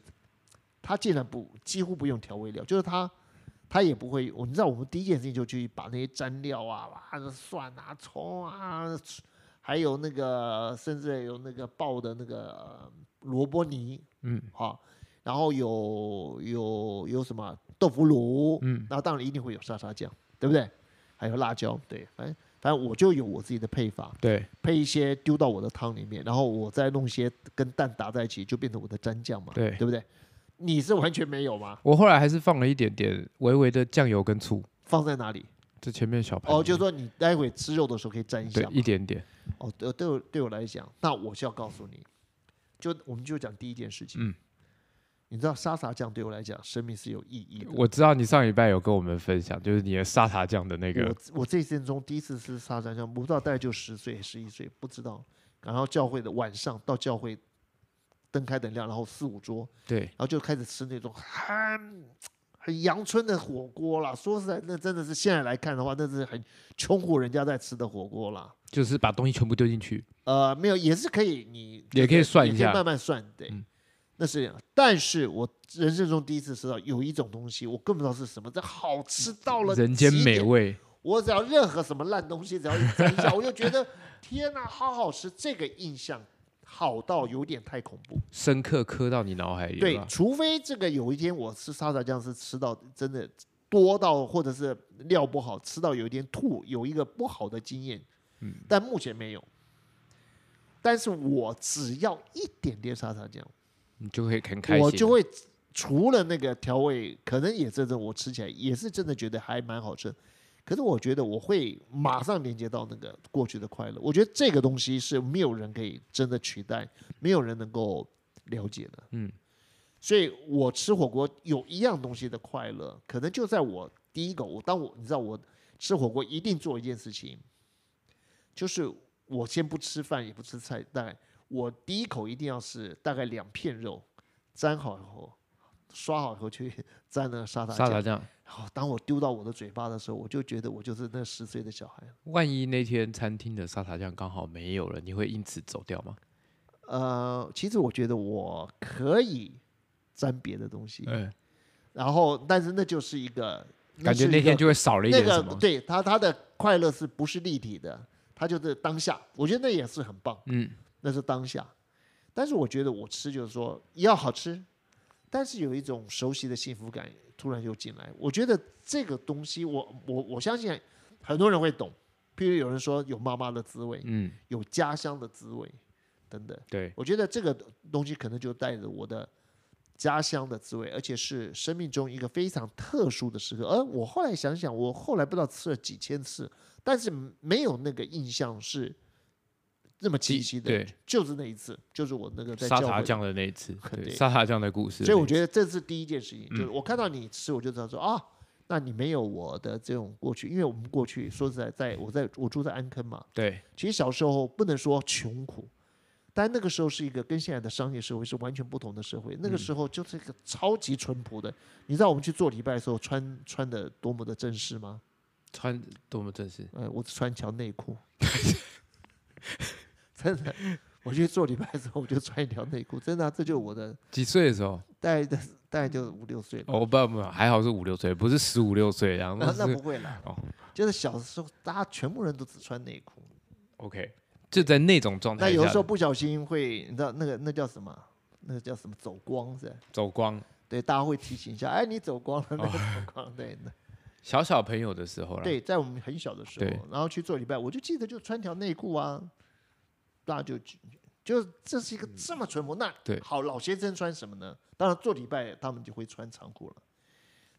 Speaker 2: 他竟然不几乎不用调味料，就是他他也不会，我你知道我们第一件事情就去把那些蘸料啊，哇，蒜啊、葱啊，还有那个甚至有那个爆的那个呃萝卜泥，
Speaker 1: 嗯，
Speaker 2: 好、然后有有有什么豆腐乳，
Speaker 1: 嗯，
Speaker 2: 那当然一定会有沙沙酱，对不对？还有辣椒，对，反正反正我就有我自己的配法，
Speaker 1: 对，
Speaker 2: 配一些丢到我的汤里面，然后我再弄一些跟蛋打在一起，就变成我的蘸酱嘛，
Speaker 1: 对
Speaker 2: 对不对？你是完全没有吗？
Speaker 1: 我后来还是放了一点点微微的酱油跟醋，
Speaker 2: 放在哪里？
Speaker 1: 这前面小盘
Speaker 2: 哦，
Speaker 1: 里
Speaker 2: 就是
Speaker 1: 面
Speaker 2: 啊说你待会吃肉的时候可以蘸一下
Speaker 1: 对
Speaker 2: 嘛。
Speaker 1: 一点点，
Speaker 2: 哦，对，对我对我来讲，那我是要告诉你，就我们就讲第一件事情。
Speaker 1: 嗯
Speaker 2: 你知道沙茶酱对我来讲，生命是有意义的。
Speaker 1: 我知道你上礼拜有跟我们分享，就是你的沙茶酱的那个，
Speaker 2: 我我这一生中第一次吃沙茶酱，我不知道大概就十岁、十一岁，不知道。然后教会的晚上到教会，灯开灯亮，然后四五桌，
Speaker 1: 对
Speaker 2: 然后就开始吃那种很很阳春的火锅啦。说实在，那真的是现在来看的话，那是很穷苦人家在吃的火锅啦。
Speaker 1: 就是把东西全部丢进去，
Speaker 2: 呃，没有，也是可以，你
Speaker 1: 也可以算
Speaker 2: 也
Speaker 1: 一
Speaker 2: 可以
Speaker 1: 下
Speaker 2: 慢，慢算，对，
Speaker 1: 嗯
Speaker 2: 那是这样。但是我人生中第一次吃到有一种东西，我根本不知道是什么，这好吃到了
Speaker 1: 人间
Speaker 2: 极
Speaker 1: 美
Speaker 2: 点
Speaker 1: 味，
Speaker 2: 我只要任何什么烂东西，只要一沾一下，我就觉得天哪，好好吃！这个印象好到有点太恐怖。
Speaker 1: 深刻刻到你脑海里
Speaker 2: 对
Speaker 1: 了，。
Speaker 2: 除非这个有一天我吃沙茶酱是吃到真的多到，或者是料不好，吃到有一点吐，有一个不好的经验。
Speaker 1: 嗯，
Speaker 2: 但目前没有。但是我只要一点点沙茶酱，
Speaker 1: 你就会很开心，
Speaker 2: 我就会除了那个调味，可能也真的我吃起来也是真的觉得还蛮好吃。可是我觉得我会马上连接到那个过去的快乐，我觉得这个东西是没有人可以真的取代，没有人能够了解的。
Speaker 1: 嗯，
Speaker 2: 所以我吃火锅有一样东西的快乐，可能就在我第一个，我当我你知道我吃火锅一定做一件事情，就是我先不吃饭也不吃菜，大概我第一口一定要是大概两片肉，沾好以后，刷好以后去沾那个沙茶
Speaker 1: 沙茶
Speaker 2: 酱。
Speaker 1: 酱。
Speaker 2: 然后当我丢到我的嘴巴的时候，我就觉得我就是那十岁的小孩。
Speaker 1: 万一那天餐厅的沙茶酱刚好没有了，你会因此走掉吗？嗯
Speaker 2: 呃，其实我觉得我可以沾别的东西，
Speaker 1: 嗯，
Speaker 2: 然后但是那就是一个
Speaker 1: 感觉
Speaker 2: 是
Speaker 1: 那
Speaker 2: 一
Speaker 1: 天
Speaker 2: 个
Speaker 1: 就会少了一
Speaker 2: 那
Speaker 1: 点什
Speaker 2: 个
Speaker 1: 么。
Speaker 2: 对他他的快乐是不是立体的？他就是当下，我觉得那也是很棒，
Speaker 1: 嗯，
Speaker 2: 那是当下。但是我觉得我吃就是说要好吃，但是有一种熟悉的幸福感突然又进来。我觉得这个东西我，我我相信很多人会懂。譬如有人说有妈妈的滋味，
Speaker 1: 嗯，
Speaker 2: 有家乡的滋味，等等。
Speaker 1: 对，
Speaker 2: 我觉得这个东西可能就带着我的家乡的滋味，而且是生命中一个非常特殊的时刻。而我后来想想，我后来不知道吃了几千次，但是没有那个印象是那么清晰的
Speaker 1: 对，
Speaker 2: 就是那一次，就是我那个在
Speaker 1: 沙
Speaker 2: 教
Speaker 1: 茶
Speaker 2: 会。
Speaker 1: 酱的那一次，对，
Speaker 2: <laughs> 对
Speaker 1: 沙茶酱的故事。
Speaker 2: 所以我
Speaker 1: 得，
Speaker 2: 觉得这是第一件事情，就是
Speaker 1: 嗯
Speaker 2: 我看到你吃，我就知道说啊，那你没有我的这种过去，因为我们过去说实在，在我在我住在安坑嘛，
Speaker 1: 对，
Speaker 2: 其实小时候不能说穷苦，但那个时候是一个跟现在的商业社会是完全不同的社会。
Speaker 1: 嗯
Speaker 2: 那个时候就是一个超级淳朴的。你知道我们去做礼拜的时候穿穿的多么的正式吗？
Speaker 1: 穿多么正式，
Speaker 2: 呃，我只穿一条内
Speaker 1: <laughs>
Speaker 2: 裤，真的。我去做礼拜的时候，我就穿一条内裤，真的啊、这就是我的
Speaker 1: 几岁的时候？
Speaker 2: 大概大概就五六岁了。
Speaker 1: 哦，不不，还好是五六岁，不是十五六岁，然
Speaker 2: 那
Speaker 1: 后
Speaker 2: 那
Speaker 1: 是
Speaker 2: 不会啦
Speaker 1: 哦，
Speaker 2: 就是小时候大家全部人都只穿内裤，
Speaker 1: OK，就在那种状
Speaker 2: 那
Speaker 1: 态
Speaker 2: 有的
Speaker 1: 下
Speaker 2: 时候不小心会，你知道那个那叫什么？那个叫什么？走光是吧？
Speaker 1: 走光，
Speaker 2: 对，大家会提醒一下，哎，你走光了，
Speaker 1: <laughs>
Speaker 2: 那个
Speaker 1: 哦
Speaker 2: 走光了，对
Speaker 1: 小小朋友的时候啦。
Speaker 2: 对，在我们很小的时候
Speaker 1: 对，
Speaker 2: 然后去做礼拜，我就记得就穿条内裤啊，大家就就这是一个这么淳朴。那
Speaker 1: 对
Speaker 2: 好，老先生穿什么呢？当然做礼拜他们就会穿长裤了。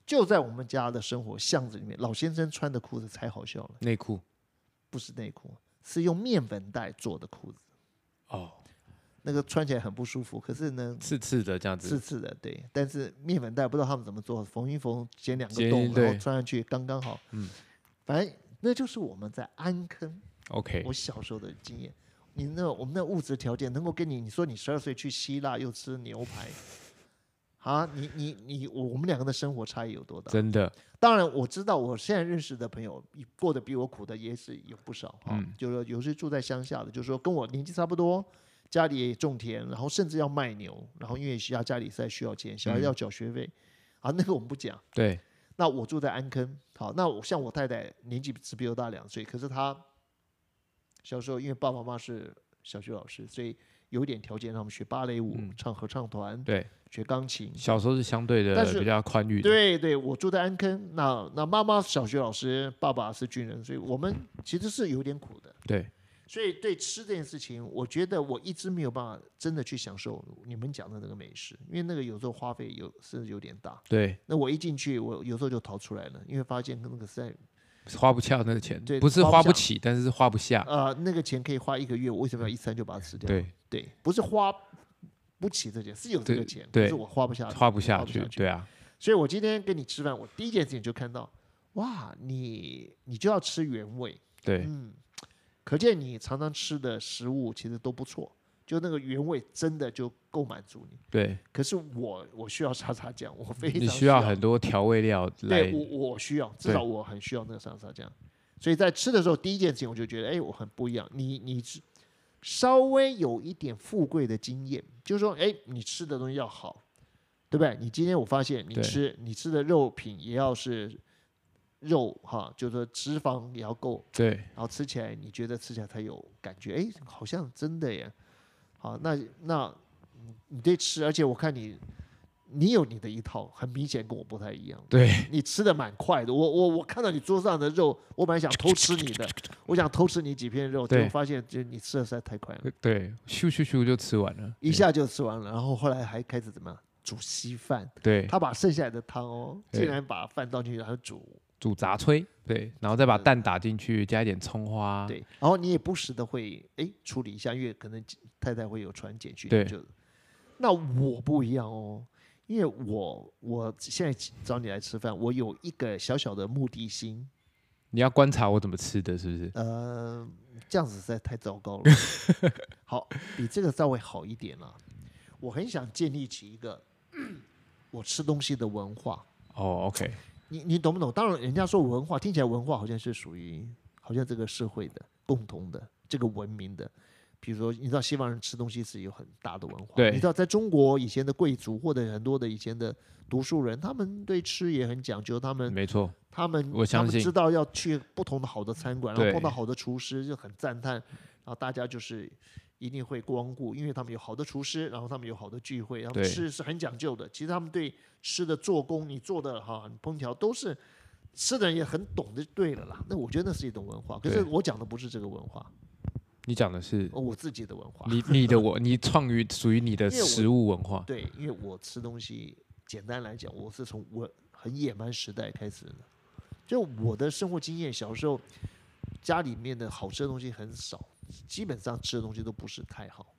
Speaker 2: 就在我们家的生活巷子里面，老先生穿的裤子才好笑了，
Speaker 1: 内裤
Speaker 2: 不是内裤，是用面粉袋做的裤子，
Speaker 1: 哦，
Speaker 2: 那个穿起来很不舒服，可是呢。
Speaker 1: 刺刺的这样
Speaker 2: 刺
Speaker 1: 子，
Speaker 2: 刺的，对。但是面粉袋不知道他们怎么做，缝一缝，剪两
Speaker 1: 剪
Speaker 2: 个洞，然
Speaker 1: 对
Speaker 2: 后穿上去刚刚好。
Speaker 1: 嗯，
Speaker 2: 反正那就是我们在安坑，
Speaker 1: OK，
Speaker 2: 我小时候的经验。你那我们那物质条件能够跟你，你说你十二岁去希腊又吃牛排， <laughs> 啊，你你你，我我们两个的生活差异有多大？
Speaker 1: 真的，
Speaker 2: 当然我知道，我现在认识的朋友过得比我苦的也是有不少啊，
Speaker 1: 嗯
Speaker 2: 就是说有些住在乡下的，就是说跟我年纪差不多，家里也种田，然后甚至要卖牛，然后因为家家里实在需要钱，小孩
Speaker 1: 嗯
Speaker 2: 要缴学费，啊，那个我们不讲。
Speaker 1: 对，
Speaker 2: 那我住在安坑，好，那我像我太太年纪只比我大两岁，可是她小时候因为爸爸妈妈是小学老师，所以有一点条件让我们学芭蕾舞、
Speaker 1: 嗯
Speaker 2: 唱合唱团、
Speaker 1: 对，
Speaker 2: 学钢琴。
Speaker 1: 小时候是相对的
Speaker 2: 但是
Speaker 1: 比较宽裕的，
Speaker 2: 对对，我住在安坑，那那妈妈小学老师，爸爸是军人，所以我们
Speaker 1: 嗯
Speaker 2: 其实是有点苦的。
Speaker 1: 对，
Speaker 2: 所以对吃这件事情，我觉得我一直没有办法真的去享受你们讲的那个美食，因为那个有时候花费有是有点大。
Speaker 1: 对，
Speaker 2: 那我一进去，我有时候就逃出来了，因为发现那个实在
Speaker 1: 花不下那个钱，
Speaker 2: 对
Speaker 1: 不是
Speaker 2: 花不
Speaker 1: 花不
Speaker 2: 下
Speaker 1: 起，但是是花不下，
Speaker 2: 呃，那个钱可以花一个月，我为什么要一餐就把它吃掉？
Speaker 1: 啊对，
Speaker 2: 对不是花不起这钱，是有这个
Speaker 1: 对
Speaker 2: 钱，可
Speaker 1: 对
Speaker 2: 是我花不下去。
Speaker 1: 花不
Speaker 2: 花
Speaker 1: 下
Speaker 2: 不
Speaker 1: 去
Speaker 2: 下，去
Speaker 1: 对啊，
Speaker 2: 所以我今天跟你吃饭，我第一件事情就看到，哇，你你就要吃原味，
Speaker 1: 对，
Speaker 2: 嗯，可见你常常吃的食物其实都不错，就那个原味真的就够满足你。
Speaker 1: 对，
Speaker 2: 可是我我需要沙
Speaker 1: <laughs>
Speaker 2: 茶酱，我非常
Speaker 1: 你需
Speaker 2: 需
Speaker 1: 要很多调味料来
Speaker 2: 对，我我需要，至
Speaker 1: 对
Speaker 2: 少我很需要那个沙沙酱。所以在吃的时候，第一件事情我就觉得，哎，我很不一样。你你是稍微有一点富贵的经验，就是说，哎，你吃的东西要好，对不对？你今天我发现你
Speaker 1: 对
Speaker 2: 吃你吃的肉品也要是肉哈，就是说脂肪也要够，
Speaker 1: 对，
Speaker 2: 然后吃起来你觉得吃起来才有感觉，哎，好像真的耶。好，那那你你对吃，而且我看你你有你的一套，很明显跟我不太一样。
Speaker 1: 对，
Speaker 2: 你吃的蛮快的，我我我看到你桌上的肉，我本来想偷吃你的，我想偷吃你几片肉，结
Speaker 1: 对
Speaker 2: 果发现就你吃的实在太快了，
Speaker 1: 对，咻咻咻就吃完了，
Speaker 2: 一
Speaker 1: 对
Speaker 2: 下就吃完了，然后后来还开始怎么样煮稀饭，
Speaker 1: 对，
Speaker 2: 他把剩下来的汤哦，
Speaker 1: 对
Speaker 2: 竟然把饭倒进去然后煮，
Speaker 1: 煮杂炊，对，然后再把蛋打进去，加一点葱花，
Speaker 2: 嗯对，啊然后你也不时的会哎处理一下，因为可能太太会有传简讯，
Speaker 1: 对
Speaker 2: 就那我不一样哦。因为我我现在找你来吃饭，我有一个小小的目的心，
Speaker 1: 你要观察我怎么吃的，是不是？
Speaker 2: 呃，这样子实在太糟糕了。好，比这个稍微好一点了。我很想建立起一个我吃东西的文化，
Speaker 1: 哦，OK，
Speaker 2: 你你懂不懂？当然，人家说文化，听起来文化好像是属于好像这个社会的共同的这个文明的，比如说，你知道西方人吃东西是有很大的文化，
Speaker 1: 对
Speaker 2: 你知道在中国以前的贵族或者很多的以前的读书人，他们对吃也很讲究，他们
Speaker 1: 没错，
Speaker 2: 他们
Speaker 1: 我相
Speaker 2: 他
Speaker 1: 信
Speaker 2: 们知道要去不同的好的餐馆，然
Speaker 1: 对
Speaker 2: 后碰到好的厨师就很赞叹，然后大家就是一定会光顾，因为他们有好的厨师，然后他们有好的聚会，然后
Speaker 1: 对
Speaker 2: 吃是很讲究的。其实他们对吃的做工，你做的哈、你烹调都是吃的人也很懂的，对了啦。那我觉得那是一种文化，可是
Speaker 1: 对
Speaker 2: 我讲的不是这个文化，
Speaker 1: 你讲的是
Speaker 2: 哦我自己的文化。
Speaker 1: 你你的我，你创于属于你的
Speaker 2: 因为我
Speaker 1: 食物文化，
Speaker 2: 对，因为我吃东西，简单来讲，我是从我很野蛮时代开始的，就我的生活经验，小时候家里面的好吃的东西很少，基本上吃的东西都不是太好，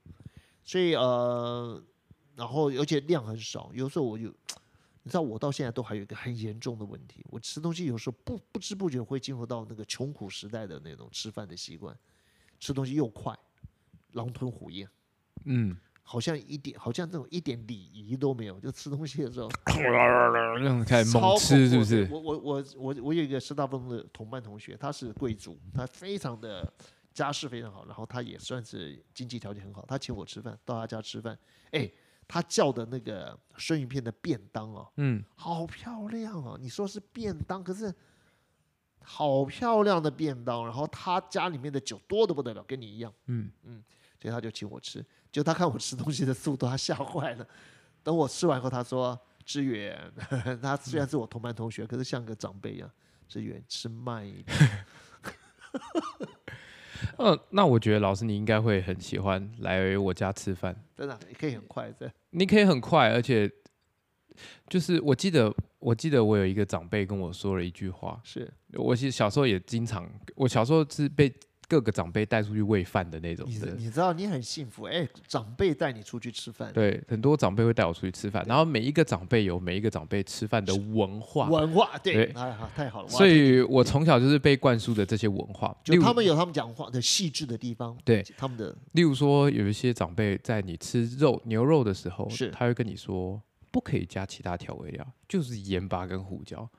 Speaker 2: 所以呃，然后而且量很少，有时候我就。你知道我到现在都还有一个很严重的问题，我吃东西有时候不不知不觉会进入到那个穷苦时代的那种吃饭的习惯，吃东西又快，狼吞虎咽。
Speaker 1: 嗯，
Speaker 2: 好像一点，好像那种一点礼仪都没有，就吃东西的时
Speaker 1: <laughs>
Speaker 2: 候
Speaker 1: 这样嗯开始
Speaker 2: 超
Speaker 1: 哎猛
Speaker 2: 恐
Speaker 1: 吃，是
Speaker 2: 怖
Speaker 1: 不是？
Speaker 2: 我我我我我有一个师大风的同班同学，他是贵族，他非常的家世非常好，然后他也算是经济条件很好，他请我吃饭，到他家吃饭，哎，他叫的那个生鱼片的便当哦，
Speaker 1: 嗯，
Speaker 2: 好漂亮哦！你说是便当，可是好漂亮的便当，然后他家里面的酒多的不得了，跟你一样。
Speaker 1: 嗯
Speaker 2: 所以他就请我吃。就他看我吃东西的速度，他吓坏了。等我吃完后，他说：“志远， <laughs> 他虽然是我同班同学，可是像个长辈一样。志远吃慢一点。
Speaker 1: 呃，那我觉得老师你应该会很喜欢来我家吃饭，”
Speaker 2: 真的，你可以很快的。
Speaker 1: 你可以很快，而且就是我记得，我记得我有一个长辈跟我说了一句话，
Speaker 2: 是
Speaker 1: 我其实小时候也经常，我小时候是被各个长辈带出去喂饭的那种
Speaker 2: 你知
Speaker 1: 的。
Speaker 2: 你知道你很幸福，哎，长辈带你出去吃饭，
Speaker 1: 对，很多长辈会带我出去吃饭，然后每一个长辈有每一个长辈吃饭的文化，
Speaker 2: 文化对
Speaker 1: 对，
Speaker 2: 哎呀，太好了。
Speaker 1: 所
Speaker 2: 以
Speaker 1: 以我从小就是被灌输的这些文化。例
Speaker 2: 就
Speaker 1: 如
Speaker 2: 他们有他们讲话的细致的地方，
Speaker 1: 对，
Speaker 2: 他们的
Speaker 1: 例如说，有一些长辈在你吃肉牛肉的时候，
Speaker 2: 是
Speaker 1: 他会跟你说不可以加其他调味料，就是盐巴跟胡椒。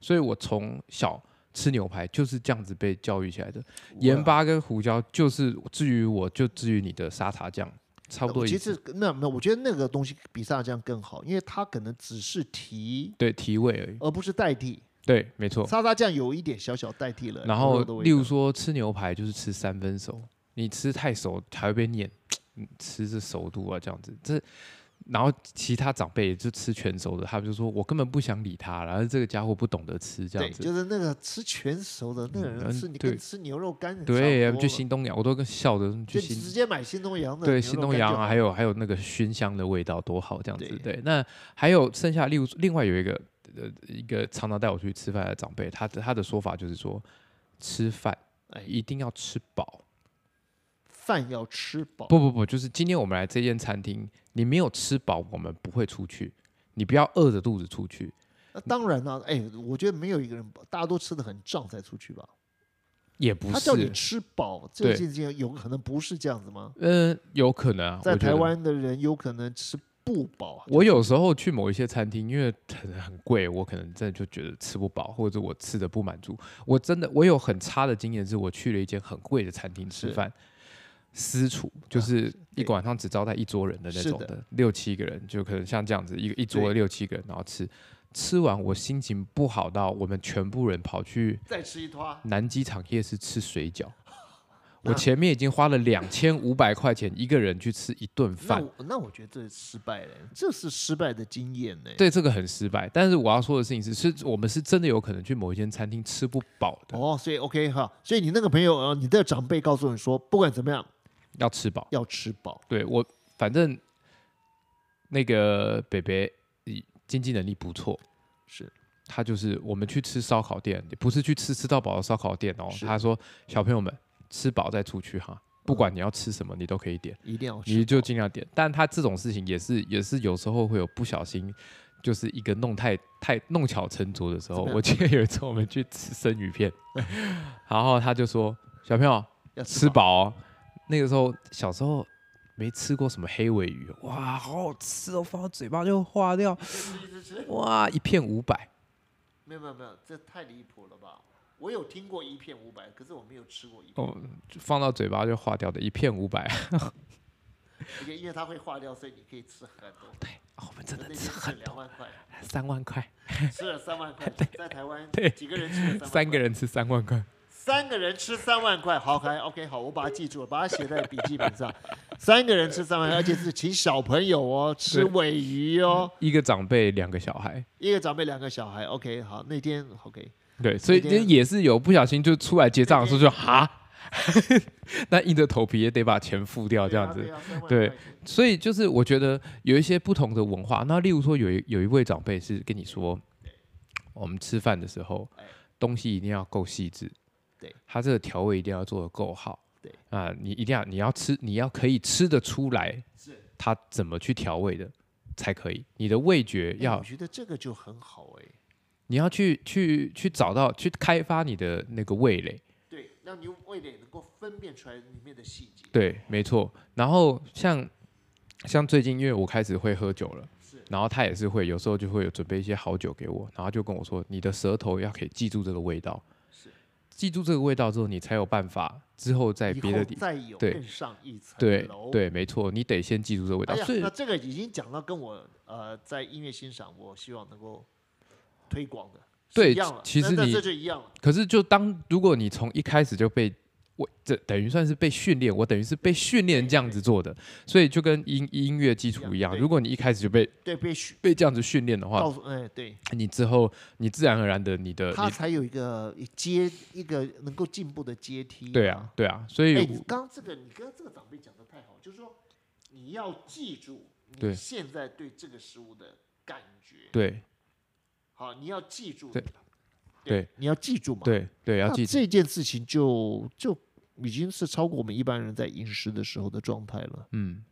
Speaker 1: 所以我从小吃牛排就是这样子被教育起来的，
Speaker 2: 啊
Speaker 1: 盐巴跟胡椒就是至于我就至于你的沙茶酱，差不多
Speaker 2: 呃我
Speaker 1: 意
Speaker 2: 其
Speaker 1: 思。
Speaker 2: 实那没有，我觉得那个东西比沙拉酱更好，因为它可能只是提，
Speaker 1: 对提味而已，
Speaker 2: 而不是代替。
Speaker 1: 对，没错。
Speaker 2: 沙拉酱有一点小小代替了
Speaker 1: 哦
Speaker 2: 牛
Speaker 1: 然
Speaker 2: 肉的
Speaker 1: 后，
Speaker 2: 味道，
Speaker 1: 例如说吃牛排就是吃三分熟，你吃太熟还会被念，嗯吃这熟度啊这样子。这然后其他长辈就吃全熟的，他们就说我根本不想理他，然后这个家伙不懂得吃这
Speaker 2: 对，
Speaker 1: 样子。
Speaker 2: 就是那个吃全熟的那个
Speaker 1: 嗯
Speaker 2: 人吃，你
Speaker 1: 对
Speaker 2: 跟吃牛肉干很
Speaker 1: 对，
Speaker 2: 差不多
Speaker 1: 去
Speaker 2: 了
Speaker 1: 新东阳，我都跟笑着
Speaker 2: 就
Speaker 1: 去
Speaker 2: 你直
Speaker 1: 新
Speaker 2: 接买新东阳的
Speaker 1: 对
Speaker 2: 牛
Speaker 1: 新
Speaker 2: 肉
Speaker 1: 东
Speaker 2: 干
Speaker 1: 阳
Speaker 2: 就
Speaker 1: 啊，
Speaker 2: 好
Speaker 1: 还有还有那个熏香的味道多好这样子。
Speaker 2: 对
Speaker 1: 对，那还有剩下，例如另外有一个呃一个常常带我出去吃饭的长辈，他的他的说法就是说，吃饭
Speaker 2: 哎
Speaker 1: 一定要吃饱。
Speaker 2: 饭要吃饱，
Speaker 1: 不不不，就是今天我们来这间餐厅，你没有吃饱，我们不会出去。你不要饿着肚子出去。
Speaker 2: 那当然了，哎，我觉得没有一个人，大家都吃的很胀才出去吧。
Speaker 1: 也不
Speaker 2: 他叫你
Speaker 1: 是，
Speaker 2: 吃饱，这
Speaker 1: 对
Speaker 2: 件事情有可能不是这样子吗？
Speaker 1: 嗯、有可能啊。
Speaker 2: 在
Speaker 1: 我觉
Speaker 2: 台
Speaker 1: 得，
Speaker 2: 湾的人有可能吃不饱，啊
Speaker 1: 我有时候去某一些餐厅，因为很很贵，我可能真的就觉得吃不饱，或者我吃的不满足。我真的，我有很差的经验，是我去了一间很贵的餐厅吃
Speaker 2: 是啊
Speaker 1: 饭，私厨，就是一个晚上只招待一桌人的那
Speaker 2: 是
Speaker 1: 种
Speaker 2: 的
Speaker 1: 的，六七个人，就可能像这样子，一个一桌
Speaker 2: 对
Speaker 1: 六七个人，然后吃。吃完我心情不好到我们全部人跑去
Speaker 2: 再吃一坨，啊
Speaker 1: 南机场夜市吃水
Speaker 2: <laughs>
Speaker 1: 饺，我
Speaker 2: 那
Speaker 1: 前面已经花了两千五百块钱一个人去吃一顿
Speaker 2: 那
Speaker 1: 饭，
Speaker 2: 我那我觉得这是失败了，这是失败的经验呢。
Speaker 1: 对这个很失败。但是我要说的事情是，是我们是真的有可能去某一间餐厅吃不饱的，
Speaker 2: 哦，所以 OK 哈，所以你那个朋友，呃，你的长辈告诉你说，不管怎么样
Speaker 1: 要吃饱。
Speaker 2: 要吃饱。
Speaker 1: 对我反正那个北北经济能力不错，
Speaker 2: 是
Speaker 1: 他就是我们去吃烧烤店，不是去吃吃到饱的烧烤店哦。
Speaker 2: 是
Speaker 1: 他说小朋友们吃饱再出去哈，不管你要吃什么你都可以点。
Speaker 2: 一定要吃饱，
Speaker 1: 你就尽量点。但他这种事情也是也是有时候会有不小心，就是一个弄太太弄巧成拙的时候。
Speaker 2: 怎么样
Speaker 1: 我记得有一次我们去吃生鱼片，然后他就说：“小朋友
Speaker 2: 要
Speaker 1: 吃
Speaker 2: 吃。
Speaker 1: 饱、哦。”那个时候小时候没吃过什么黑尾鱼，哇，好好吃哦，放到嘴巴就化掉，哇，一片五百。
Speaker 2: 没有没有没有，这太离谱了吧？我有听过一片五百，可是我没有吃过一片。
Speaker 1: 哦，就放到嘴巴就化掉的一片五百。 <laughs>
Speaker 2: 因为因为它会化掉，所以你可以吃很多。
Speaker 1: 对，哦我们真
Speaker 2: 那
Speaker 1: 的
Speaker 2: 天
Speaker 1: 吃
Speaker 2: 吃
Speaker 1: 很
Speaker 2: 两
Speaker 1: 多，
Speaker 2: 万块，
Speaker 1: 三万块，
Speaker 2: 吃了三万块，在台湾
Speaker 1: <laughs> 对
Speaker 2: 几个人吃了
Speaker 1: 三
Speaker 2: 万
Speaker 1: 个
Speaker 2: 块
Speaker 1: 人吃三万块。
Speaker 2: 三个人吃三万块，好，还 OK，好，我把它记住了，把它写在笔记本上。三个人吃三万块，而且是请小朋友哦，吃
Speaker 1: 对
Speaker 2: 尾鱼哦，
Speaker 1: 一个长辈，两个小孩。
Speaker 2: 一个长辈两个小孩，OK，好，那天 OK，
Speaker 1: 对，所以
Speaker 2: 那
Speaker 1: 这
Speaker 2: 天
Speaker 1: 也是有不小心就出来结账的时候就哈， <laughs> 那硬着头皮也得把钱付掉
Speaker 2: 啊
Speaker 1: 这样子。
Speaker 2: 子
Speaker 1: 对，所以就是我觉得有一些不同的文化，那例如说有一有一位长辈是跟你说，我们吃饭的时候
Speaker 2: 哎三万块钱
Speaker 1: 东西一定要够细致，
Speaker 2: 对，
Speaker 1: 它这个调味一定要做得够好，
Speaker 2: 对
Speaker 1: 啊，你一定要你要吃你要可以吃得出来
Speaker 2: 是
Speaker 1: 它怎么去调味的才可以，你的味觉
Speaker 2: 哎
Speaker 1: 要
Speaker 2: 我觉得这个就很好哎，
Speaker 1: 你要去去去找到去开发你的那个味蕾，
Speaker 2: 对，让你味蕾能够分辨出来里面的细节，
Speaker 1: 对，没错。然后像像最近，因为我开始会喝酒了，
Speaker 2: 是
Speaker 1: 然后他也是会有时候就会有准备一些好酒给我，然后就跟我说，你的舌头要可以记住这个味道，
Speaker 2: 是，
Speaker 1: 记住这个味道之后，你才有办法之后在
Speaker 2: 以
Speaker 1: 哎别的
Speaker 2: 后
Speaker 1: 地
Speaker 2: 再有
Speaker 1: 对
Speaker 2: 更上一层
Speaker 1: 对
Speaker 2: 楼，
Speaker 1: 对，没错，你得先记住这个味道
Speaker 2: 哎。呀
Speaker 1: 所，以
Speaker 2: 那这个已经讲到跟我呃在音乐欣赏，我希望能够推广的是
Speaker 1: 对
Speaker 2: 一样了，
Speaker 1: 其
Speaker 2: 那
Speaker 1: 实
Speaker 2: 那
Speaker 1: 你
Speaker 2: 这就一样了，
Speaker 1: 可是就当如果你从一开始就被我这等于算是被训练，我等于是被训练这样子做的，所以就跟音音乐基础一样，
Speaker 2: 对
Speaker 1: 如果你一开始就被
Speaker 2: 对，被许
Speaker 1: 被这样子训练的话
Speaker 2: 告，诉，哎，对，
Speaker 1: 你之后你自然而然的你的
Speaker 2: 他
Speaker 1: 呃你
Speaker 2: 才有一个阶一个能够进步的阶梯。
Speaker 1: 对啊，对啊，所以
Speaker 2: 哎，
Speaker 1: 我
Speaker 2: 你刚刚这个你刚刚这个长辈讲的太好，就是说你要记住你
Speaker 1: 对
Speaker 2: 现在对这个食物的感觉，
Speaker 1: 对
Speaker 2: 好，你要记住，
Speaker 1: 对对，
Speaker 2: 你要记住嘛，
Speaker 1: 对对要
Speaker 2: 那
Speaker 1: 记住，
Speaker 2: 这件事情就就已经是超过我们一般人在饮食的时候的状态了。
Speaker 1: 嗯，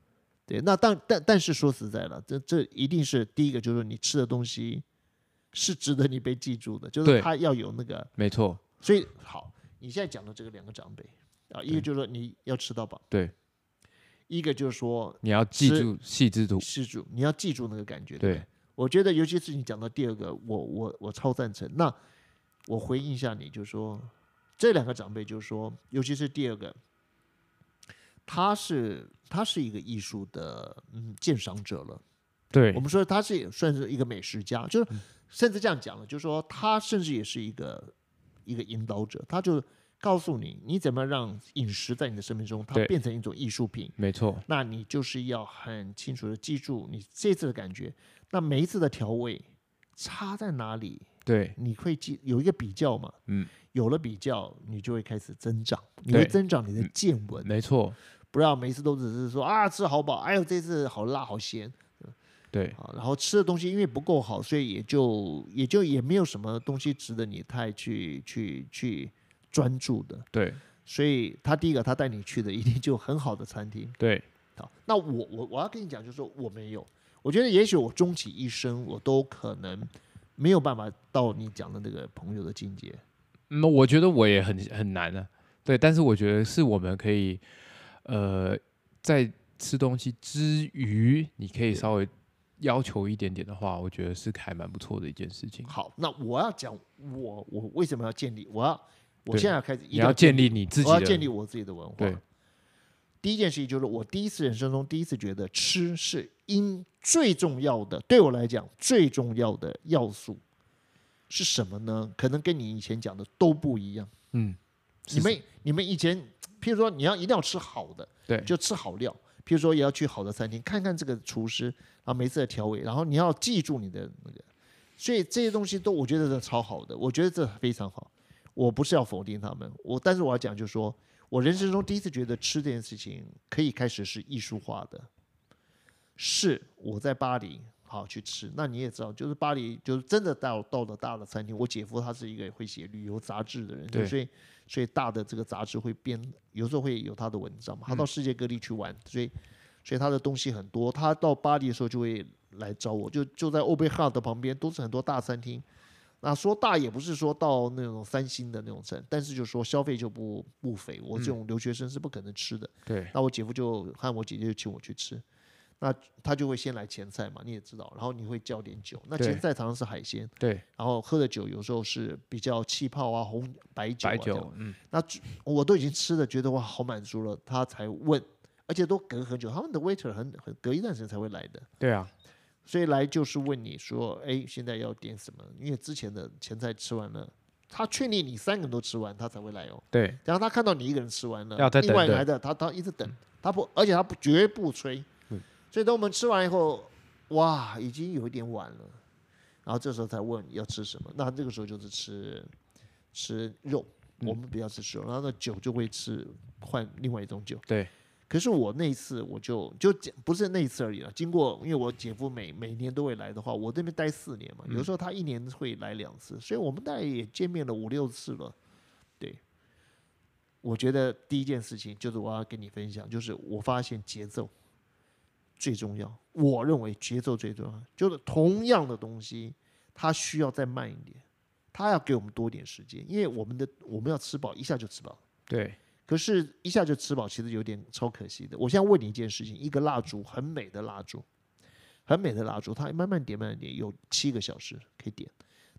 Speaker 2: 对，那但但但是说实在了，这这一定是第一个，就是你吃的东西是值得你被记住的，就是
Speaker 1: 对
Speaker 2: 它要有那个。
Speaker 1: 没错，
Speaker 2: 所以好，你现在讲的这个两个长辈啊，一个就是说你要吃到饱，
Speaker 1: 对，
Speaker 2: 一个就是说
Speaker 1: 你要记
Speaker 2: 是
Speaker 1: 住细致度，
Speaker 2: 吃住，你要记住那个感觉。不
Speaker 1: 对，
Speaker 2: 我觉得尤其是你讲到第二个，我我我超赞成。那我回应一下你，就说这两个长辈，就是说，尤其是第二个，他是他是一个艺术的嗯鉴赏者了。
Speaker 1: 对嗯
Speaker 2: 我们说他是也算是一个美食家，就是甚至这样讲了，就是说他甚至也是一个一个引导者，他就告诉你你怎么让饮食在你的生命中它
Speaker 1: 对
Speaker 2: 变成一种艺术品。
Speaker 1: 没错，
Speaker 2: 那你就是要很清楚的记住你这次的感觉，那每一次的调味差在哪里，
Speaker 1: 对
Speaker 2: 你会记有一个比较嘛，
Speaker 1: 嗯，
Speaker 2: 有了比较，你就会开始增长，你会
Speaker 1: 对嗯
Speaker 2: 增长你的见闻，
Speaker 1: 没错，
Speaker 2: 不要每一次都只是说啊吃好饱，哎呦这次好辣好咸
Speaker 1: 对
Speaker 2: 啊，然后吃的东西因为不够好，所以也就也就也没有什么东西值得你太去去去专注的，
Speaker 1: 对
Speaker 2: 所以他第一个他带你去的一定就很好的餐厅。
Speaker 1: 对
Speaker 2: 好，那我我我要跟你讲，就是说我没有，我觉得也许我终其一生，我都可能没有办法到你讲的那个朋友的境界。
Speaker 1: 那、我觉得我也很很难啊，对，但是我觉得是我们可以，呃，在吃东西之余，你可
Speaker 2: 嗯
Speaker 1: 以稍微要求一点点的话，我觉得是还蛮不错的一件事情。
Speaker 2: 好，那我要讲我我为什么要建立，我要我
Speaker 1: 对
Speaker 2: 现在要开始，
Speaker 1: 你要建立你自己
Speaker 2: 我要
Speaker 1: 的，
Speaker 2: 建立我自己的文
Speaker 1: 对
Speaker 2: 化。第一件事情就是我第一次人生中第一次觉得吃是因最重要的，对我来讲最重要的要素是什么呢？可能跟你以前讲的都不一样。
Speaker 1: 嗯，
Speaker 2: 你们你们以前，譬如说你要一定要吃好的，
Speaker 1: 对
Speaker 2: 就吃好料。譬如说也要去好的餐厅看看这个厨师，然后每次的调味，然后你要记住你的那个，所以这些东西都我觉得这超好的，我觉得这非常好。我不是要否定他们，我但是我要讲就是说，我人生中第一次觉得吃这件事情可以开始是艺术化的，是我在巴黎好去吃。那你也知道，就是巴黎就是真的到到了大的餐厅，我姐夫他是一个会写旅游杂志的人，就
Speaker 1: 对
Speaker 2: 所以所以大的这个杂志会编，有时候会有他的文章嘛。他到世界各地去玩，所以所以他的东西很多。他到巴黎的时候就会来找我，就就在欧贝哈的旁边都是很多大餐厅。那说大也不是说到那种三星的那种层，但是就说消费就不
Speaker 1: 嗯
Speaker 2: 不菲，我这种留学生是不可能吃的。
Speaker 1: 对
Speaker 2: 那我姐夫就和我姐姐就请我去吃。那他就会先来前菜嘛，你也知道，然后你会叫点酒。那
Speaker 1: 对
Speaker 2: 前菜常常是海鲜，
Speaker 1: 对，
Speaker 2: 然后喝的酒有时候是比较气泡啊、红白酒啊
Speaker 1: 白
Speaker 2: 这样。
Speaker 1: 酒，嗯，
Speaker 2: 那只我都已经吃的觉得哇好满足了，他才问，而且都隔很久，他们的 waiter 很很隔一段时间才会来的，
Speaker 1: 对啊，
Speaker 2: 所以来就是问你说，哎，现在要点什么？因为之前的前菜吃完了，他确定你三个人都吃完，他才会来哦。
Speaker 1: 对，
Speaker 2: 然后他看到你一个人吃完了，
Speaker 1: 要再
Speaker 2: 另外
Speaker 1: 等等
Speaker 2: 来的他他一直等，他不，而且他不绝不催
Speaker 1: 嗯，
Speaker 2: 所以等我们吃完以后，哇，已经有一点晚了，然后这时候才问要吃什么，那这个时候就是吃吃肉，
Speaker 1: 嗯
Speaker 2: 我们比较吃吃肉，然后那酒就会吃换另外一种酒，
Speaker 1: 对。
Speaker 2: 可是我那一次我就就不是那一次而已了，经过因为我姐夫每每年都会来的话，我这边待四年
Speaker 1: 嗯
Speaker 2: 嘛，有时候他一年会来两次，所以我们大概也见面了五六次了。我觉得第一件事情就是我要跟你分享，就是我发现节奏最重要。我认为节奏最重要，就是同样的东西，它需要再慢一点，它要给我们多点时间，因为我们的我们要吃饱，一下就吃饱。
Speaker 1: 对，
Speaker 2: 可是，一下就吃饱，其实有点超可惜的。我现在问你一件事情：一个蜡烛，很美的蜡烛，很美的蜡烛，它慢慢点，慢慢点，有七个小时可以点。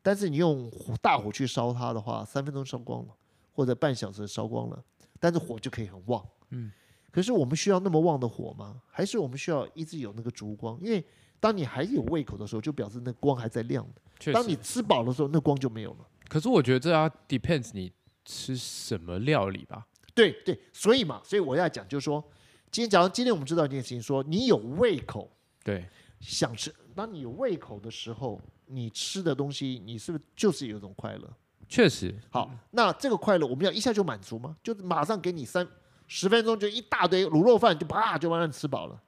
Speaker 2: 但是你用火大火去烧它的话，三分钟烧光了，或者半小时烧光了，但是火就可以很旺。
Speaker 1: 嗯，
Speaker 2: 可是我们需要那么旺的火吗？还是我们需要一直有那个烛光？因为当你还有胃口的时候，就表示那光还在亮的
Speaker 1: 确
Speaker 2: 当你
Speaker 1: 实。
Speaker 2: 吃饱的时候，那光就没有了。
Speaker 1: 可是我觉得这要 depends 你吃什么料理吧。
Speaker 2: 对对，所以嘛，所以我要讲就是说，今天假如今天我们知道一件事情说你有胃口
Speaker 1: 对，
Speaker 2: 想吃，当你有胃口的时候，你吃的东西，你是不是就是有一种快乐？
Speaker 1: 确实，
Speaker 2: 好，那这个快乐我们要一下就满足吗？就是马上给你三十分钟就一大堆卤肉饭，就啪就马上吃饱了。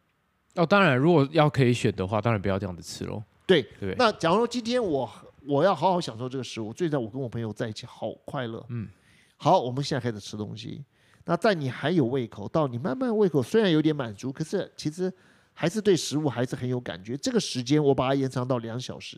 Speaker 1: 哦，当然，如果要可以选的话，当然不要这样子吃喽。
Speaker 2: 对，
Speaker 1: 对不对，
Speaker 2: 那假如说今天我我要好好享受这个食物，最在我跟我朋友在一起好快乐。
Speaker 1: 嗯，
Speaker 2: 好，我们现在开始吃东西。那在你还有胃口，到你慢慢胃口虽然有点满足，可是其实还是对食物还是很有感觉。这个时间我把它延长到两小时，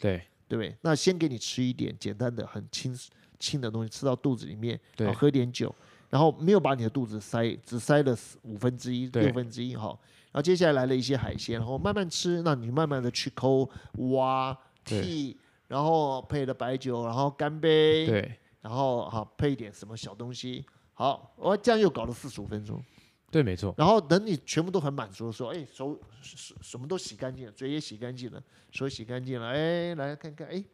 Speaker 1: 对
Speaker 2: 对不对？那先给你吃一点简单的、很轻轻的东西，吃到肚子里面，
Speaker 1: 对
Speaker 2: 然啊后喝点酒，然后没有把你的肚子塞，只塞了四五分之一、
Speaker 1: 对
Speaker 2: 六分之一哈。然后接下来来了一些海鲜，然后慢慢吃，那你慢慢的去抠、挖、
Speaker 1: 对
Speaker 2: 剔，然后配了白酒，然后干杯，
Speaker 1: 对
Speaker 2: 然后哈配一点什么小东西。好，我这样又搞了四十五分钟，
Speaker 1: 对，没错，
Speaker 2: 然后等你全部都很满足的时候，哎，手什什么都洗干净了，嘴也洗干净了，手也洗干净了，哎，来看看，哎，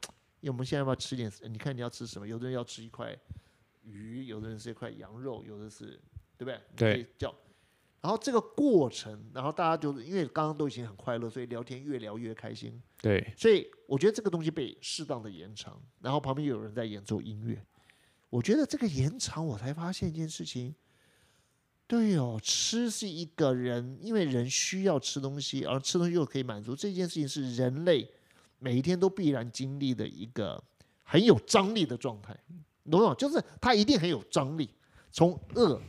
Speaker 2: 我们现在要不要吃点？你看你要吃什么？有的人要吃一块鱼，有的人是一块羊肉，有的是，对不对？你
Speaker 1: 对
Speaker 2: 可以叫。然后这个过程，然后大家就是因为刚刚都已经很快乐，所以聊天越聊越开心。
Speaker 1: 对
Speaker 2: 所以我觉得这个东西被适当的延长，然后旁边又有人在演奏音乐，我觉得这个延长，我才发现一件事情，对哦，吃是一个人，因为人需要吃东西，而吃东西又可以满足这件事情，是人类每一天都必然经历的一个很有张力的状态，你懂不懂？就是它一定很有张力，从饿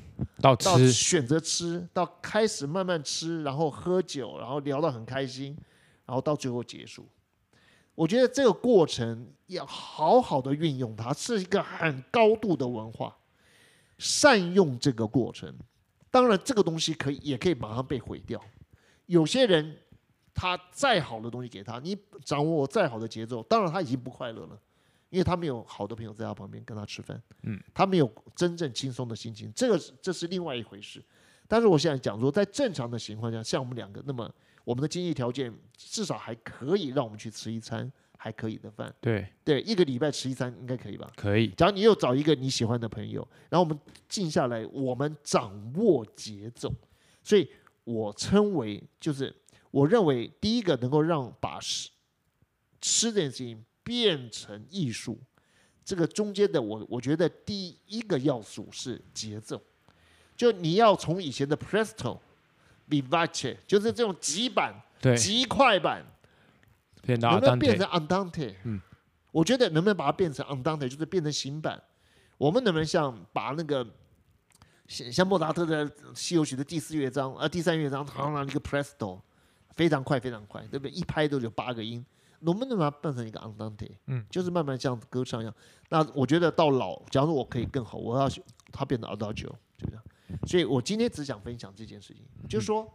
Speaker 1: 到
Speaker 2: 到
Speaker 1: 吃，
Speaker 2: 选择吃，到开始慢慢吃，然后喝酒，然后聊到很开心，然后到最后结束。我觉得这个过程要好好的运用它，是一个很高度的文化，善用这个过程。当然，这个东西可以也可以马上被毁掉。有些人他再好的东西给他，你掌握再好的节奏，当然他已经不快乐了，因为他没有好的朋友在他旁边跟他吃饭。他没有真正轻松的心情，这个是这是另外一回事。但是我现在讲说，在正常的情况下，像我们两个，那么我们的经济条件至少还可以让我们去吃一餐还可以的饭，
Speaker 1: 对，
Speaker 2: 对，一个礼拜吃一餐应该可以吧？
Speaker 1: 可以，
Speaker 2: 假如你又找一个你喜欢的朋友，然后我们静下来，我们掌握节奏，所以我称为就是我认为第一个能够让把吃吃这件事情变成艺术，这个中间的我我觉得第一个要素是节奏，就你要从以前的 Presto、Vivace，就是这种急板、
Speaker 1: 对，
Speaker 2: 极快板，
Speaker 1: 变到
Speaker 2: 能不能变
Speaker 1: Dante，
Speaker 2: 成 andante？
Speaker 1: 嗯
Speaker 2: 我觉得能不能把它变成 andante，就是变成行板？我们能不能像把那个像像莫扎特的《西游曲》的第四乐章啊、呃第三乐章，好像一个 presto，非常快，非常快，对不对？一拍都有八个音，能不能把它变成一个 andante？
Speaker 1: 嗯，
Speaker 2: 就是慢慢像歌唱一样。那我觉得到老，假如我可以更好，我要学它变成 adagio，对不对？所以我今天只想分享这件事情，就是说。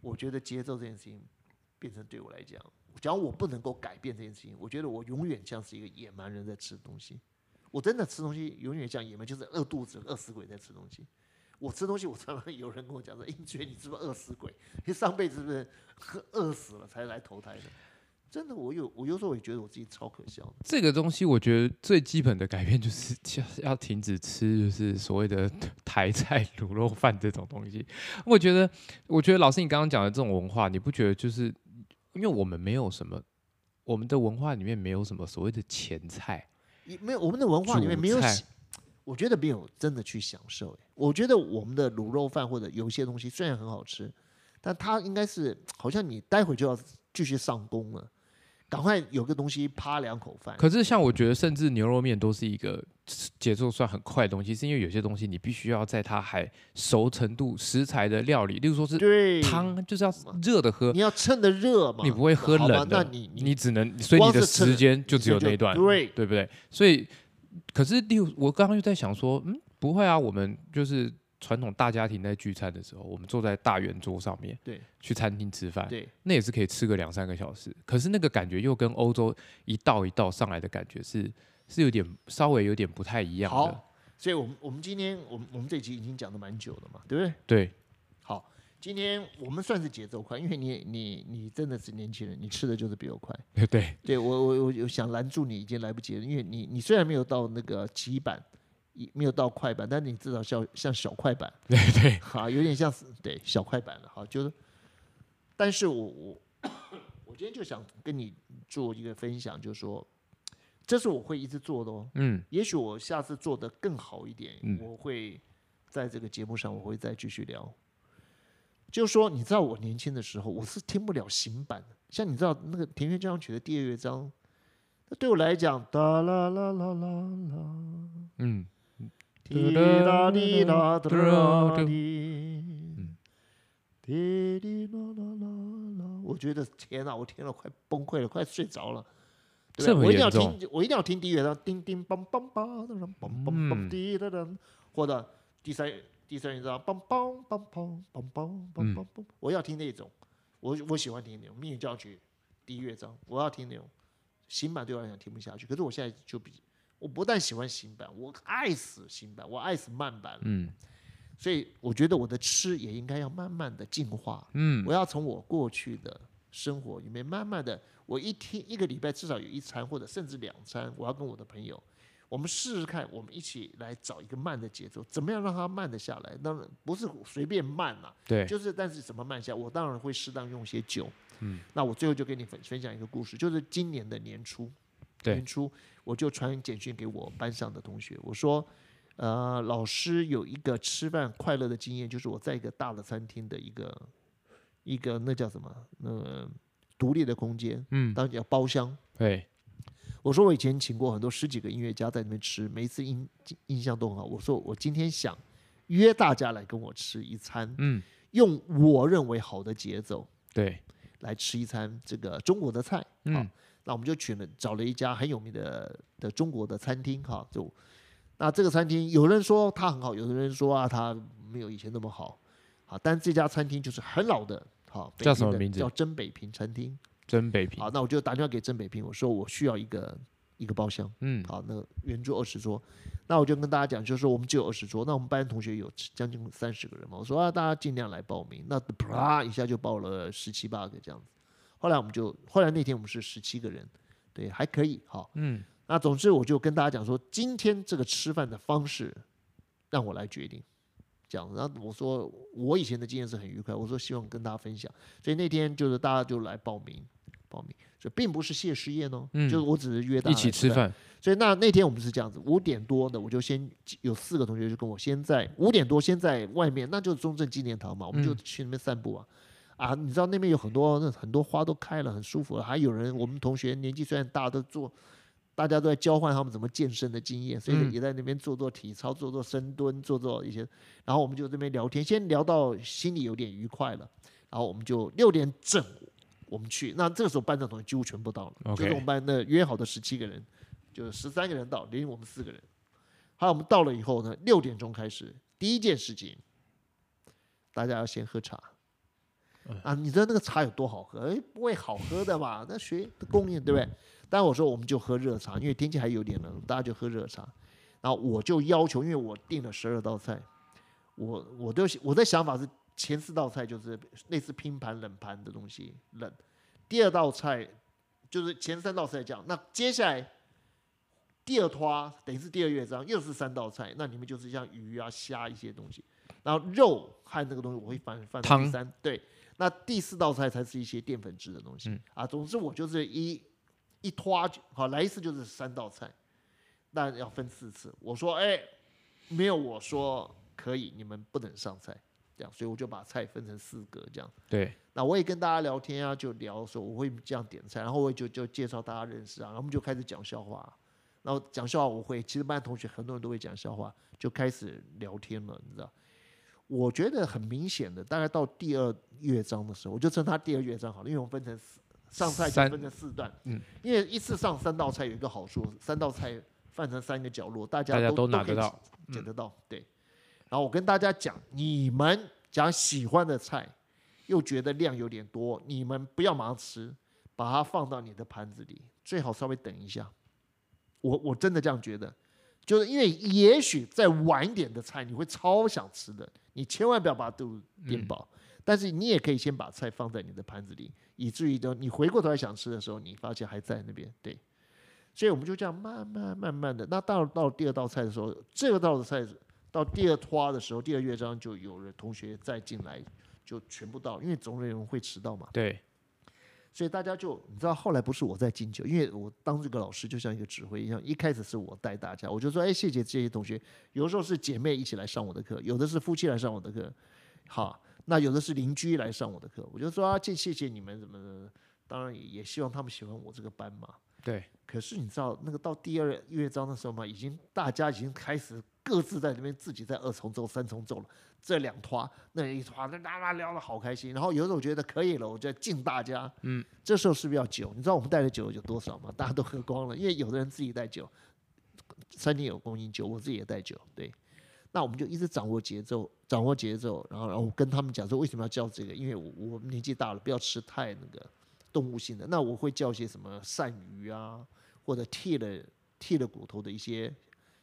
Speaker 2: 我觉得节奏这件事情变成对我来讲，只要我不能够改变这件事情，我觉得我永远像是一个野蛮人在吃东西。我真的吃东西永远像野蛮，就是饿肚子、饿死鬼在吃东西。我吃东西，我常常有人跟我讲说：“哎，你觉得你是不是饿死鬼？你上辈子是不是饿死了才来投胎的？”真的，我有，我有时候也觉得我自己超可笑的。
Speaker 1: 这个东西我觉得最基本的改变就是要要停止吃，就是所谓的 <laughs> 台菜卤肉饭这种东西。我觉得，我觉得老师你刚刚讲的这种文化，你不觉得就是因为我们没有什么，我们的文化里面没有什么所谓的前菜、
Speaker 2: 也没有我们的文化里面没有
Speaker 1: 主菜，
Speaker 2: 我觉得没有真的去享受、欸。我觉得我们的卤肉饭或者有一些东西虽然很好吃，但它应该是好像你待会就要继续上工了，赶快有个东西扒两口饭。
Speaker 1: 可是像我觉得，甚至牛肉面都是一个节奏算很快的东西，是因为有些东西你必须要在它还熟程度、食材的料理，例如说是
Speaker 2: 对，
Speaker 1: 汤，就是要热的喝，
Speaker 2: 你要趁着热嘛，
Speaker 1: 你不会喝
Speaker 2: 好吧
Speaker 1: 冷
Speaker 2: 那
Speaker 1: 的，
Speaker 2: 你
Speaker 1: 你只能，所以你
Speaker 2: 光
Speaker 1: 的
Speaker 2: 是吃
Speaker 1: 时间就只有
Speaker 2: 就
Speaker 1: 那一段，
Speaker 2: 对
Speaker 1: 对不对？所以，可是例如我刚刚又在想说，嗯，不会啊，我们就是传统大家庭在聚餐的时候，我们坐在大圆桌上面，
Speaker 2: 对，
Speaker 1: 去餐厅吃饭，
Speaker 2: 对
Speaker 1: 那也是可以吃个两三个小时，可是那个感觉又跟欧洲一道一道上来的感觉是是有点稍微有点不太一样的，
Speaker 2: 好。所以我们我们今天我们我们这集已经讲的蛮久了嘛，对不对？
Speaker 1: 对， <laughs>
Speaker 2: 好，今天我们算是节奏快，因为你你你真的是年轻人，你吃的就是比我快。
Speaker 1: 对 <laughs> 对，
Speaker 2: 对我我我我想拦住你已经来不及了，因为你你虽然没有到那个极版，也没有到快板，但你至少像像小快板，对对，哈，有点像是对小快板了，哈，就是，但是我我我今天就想跟你做一个分享，就是说，这是我会一直做的哦，
Speaker 1: 嗯，
Speaker 2: 也许我下次做的更好一点，
Speaker 1: 嗯
Speaker 2: 我会在这个节目上我会再继续聊。就说你知道我年轻的时候，我是听不了行版的，像你知道那个田园交响曲的第二乐章，那对我来讲，哒啦啦啦啦啦，
Speaker 1: 嗯，
Speaker 2: 滴啦滴啦哒啦滴，滴滴啦啦啦啦，我觉得天哪，我听了快崩溃了，快睡着了。对
Speaker 1: 这
Speaker 2: 不
Speaker 1: 么
Speaker 2: 对我一定要
Speaker 1: 严重
Speaker 2: 听，我一定要听第一乐章，叮叮梆梆梆，那种梆梆梆
Speaker 1: 嗯
Speaker 2: 滴哒哒，或者第三第三乐章梆梆梆梆梆梆梆梆梆，我要听那种，我我喜欢听那种命运交响曲第一乐章，我要听那种新版对我来讲听不下去，可是我现在就比我不但喜欢新版，我爱死新版，我爱死慢版了，
Speaker 1: 嗯
Speaker 2: 所以我觉得我的吃也应该要慢慢的进化，
Speaker 1: 嗯
Speaker 2: 我要从我过去的生活里面慢慢的，我一天一个礼拜至少有一餐或者甚至两餐，我要跟我的朋友，我们试试看，我们一起来找一个慢的节奏，怎么样让它慢得下来？当然不是随便慢啊啦、
Speaker 1: 对，
Speaker 2: 就是但是怎么慢下，我当然会适当用些酒。嗯，那我最后就跟你分分享一个故事，就是今年的年初，
Speaker 1: 对
Speaker 2: 年初我就传简讯给我班上的同学，我说，呃，老师有一个吃饭快乐的经验，就是我在一个大的餐厅的一个一个那叫什么，呃，独立的空间，
Speaker 1: 嗯
Speaker 2: 当然叫包厢。
Speaker 1: 对，
Speaker 2: 我说我以前请过很多十几个音乐家在那边吃，每一次印印象都很好。我说我今天想约大家来跟我吃一餐，
Speaker 1: 嗯
Speaker 2: 用我认为好的节奏
Speaker 1: 对，
Speaker 2: 来吃一餐这个中国的菜。
Speaker 1: 嗯
Speaker 2: 那我们就选了找了一家很有名的的中国的餐厅哈，就那这个餐厅有人说它很好，有的人说啊它没有以前那么好，好，但这家餐厅就是很老的，好，北
Speaker 1: 叫
Speaker 2: 平
Speaker 1: 什么
Speaker 2: 的
Speaker 1: 名字
Speaker 2: 叫真北平餐厅。
Speaker 1: 真北平
Speaker 2: 好，，那我就打电话给真北平，我说我需要一个一个包厢。
Speaker 1: 嗯
Speaker 2: 好，那圆桌二十桌，那我就跟大家讲，就是说我们只有二十桌，那我们班同学有将近三十个人嘛，我说啊，大家尽量来报名，那啪一下就报了十七八个这样子。后来我们就，后来那天我们是十七个人，对，还可以，好，
Speaker 1: 嗯，
Speaker 2: 那总之我就跟大家讲说，今天这个吃饭的方式让我来决定。这样，然后我说我以前的经验是很愉快，我说希望跟大家分享，所以那天就是大家就来报名，报名，所以并不是谢师宴哦，
Speaker 1: 嗯
Speaker 2: 就是我只是约大家
Speaker 1: 一起
Speaker 2: 来
Speaker 1: 吃
Speaker 2: 饭，
Speaker 1: 饭，
Speaker 2: 所以那那天我们是这样子，五点多呢，我就先有四个同学就跟我先在五点多先在外面，那就是中正纪念堂嘛，我们就去那边散步啊。啊，你知道那边有很多那很多花都开了，很舒服了。还有人，我们同学年纪虽然大，都做，大家都在交换他们怎么健身的经验，所以
Speaker 1: 嗯
Speaker 2: 也在那边做做体操，做做深蹲，做做一些。然后我们就这边聊天，先聊到心里有点愉快了，然后我们就六点整我们去。那这个时候班长同学几乎全部到了
Speaker 1: OK
Speaker 2: 就是我们班那约好的十七个人，就是十三个人到，连我们四个人。好，我们到了以后呢，六点钟开始，第一件事情，大家要先喝茶。啊，你知道那个茶有多好喝？哎，不会好喝的嘛，那谁供应对不对？但我说我们就喝热茶，因为天气还有点冷，大家就喝热茶。然后我就要求，因为我订了十二道菜，我我都我的想法是前四道菜就是类似拼盘冷盘的东西冷，第二道菜就是前三道菜这样，那接下来第二拖等于是第二乐章又是三道菜，那里面就是像鱼啊虾一些东西，然后肉和那个东西我会放放到第
Speaker 1: 汤
Speaker 2: 三对，那第四道菜才是一些淀粉质的东西、
Speaker 1: 嗯
Speaker 2: 啊。总之我就是一一拖好来一次就是三道菜，那要分四次。我说哎，没有我说可以，你们不能上菜，这样，所以我就把菜分成四格这样。
Speaker 1: 对，
Speaker 2: 那我也跟大家聊天啊，就聊说我会这样点菜，然后我也就就介绍大家认识啊，然后我们就开始讲笑话，啊然后讲笑话我会，其实班同学很多人都会讲笑话，就开始聊天了，你知道。我觉得很明显的，大概到第二乐章的时候，我就称它第二乐章好了，因为我们分成四上菜就
Speaker 1: 三
Speaker 2: 分成四段，
Speaker 1: 嗯，
Speaker 2: 因为一次上三道菜有一个好处，三道菜分成三个角落，大家
Speaker 1: 大家
Speaker 2: 都
Speaker 1: 都拿
Speaker 2: 可以
Speaker 1: 得到，嗯
Speaker 2: 捡得到，对。然后我跟大家讲，你们讲喜欢的菜，又觉得量有点多，你们不要马上吃，把它放到你的盘子里，最好稍微等一下。我我真的这样觉得，就是因为也许再晚一点的菜，你会超想吃的，你千万不要把肚子
Speaker 1: 嗯
Speaker 2: 垫饱。但是你也可以先把菜放在你的盘子里，以至于等你回过头来想吃的时候，你发现还在那边。对，所以我们就这样慢慢慢慢的，那到到第二道菜的时候，这个道的菜到第二花的时候，第二乐章就有了同学再进来，就全部到，因为总有人会迟到嘛。
Speaker 1: 对，
Speaker 2: 所以大家就你知道，后来不是我在敬酒，因为我当这个老师就像一个指挥一样，一开始是我带大家，我就说，哎，谢谢这些同学，有的时候是姐妹一起来上我的课，有的是夫妻来上我的课，好，那有的是邻居来上我的课，我就说啊，这谢谢你们怎么怎么，当然也也希望他们喜欢我这个班嘛。
Speaker 1: 对，
Speaker 2: 可是你知道，那个到第二乐章的时候嘛，已经大家已经开始各自在那边自己在二重奏、三重奏了，这两团那一团，那大家聊得好开心。然后有时候我觉得可以了，我就敬大家。
Speaker 1: 嗯，
Speaker 2: 这时候是不是要酒？你知道我们带的酒有多少吗？大家都喝光了，因为有的人自己带酒，餐厅有供应酒，我自己也带酒。对，那我们就一直掌握节奏，掌握节奏，然后然后我跟他们讲说为什么要叫这个，因为我我年纪大了，不要吃太那个动物性的。那我会叫一些什么鳝鱼啊，或者剔了剔了骨头的一些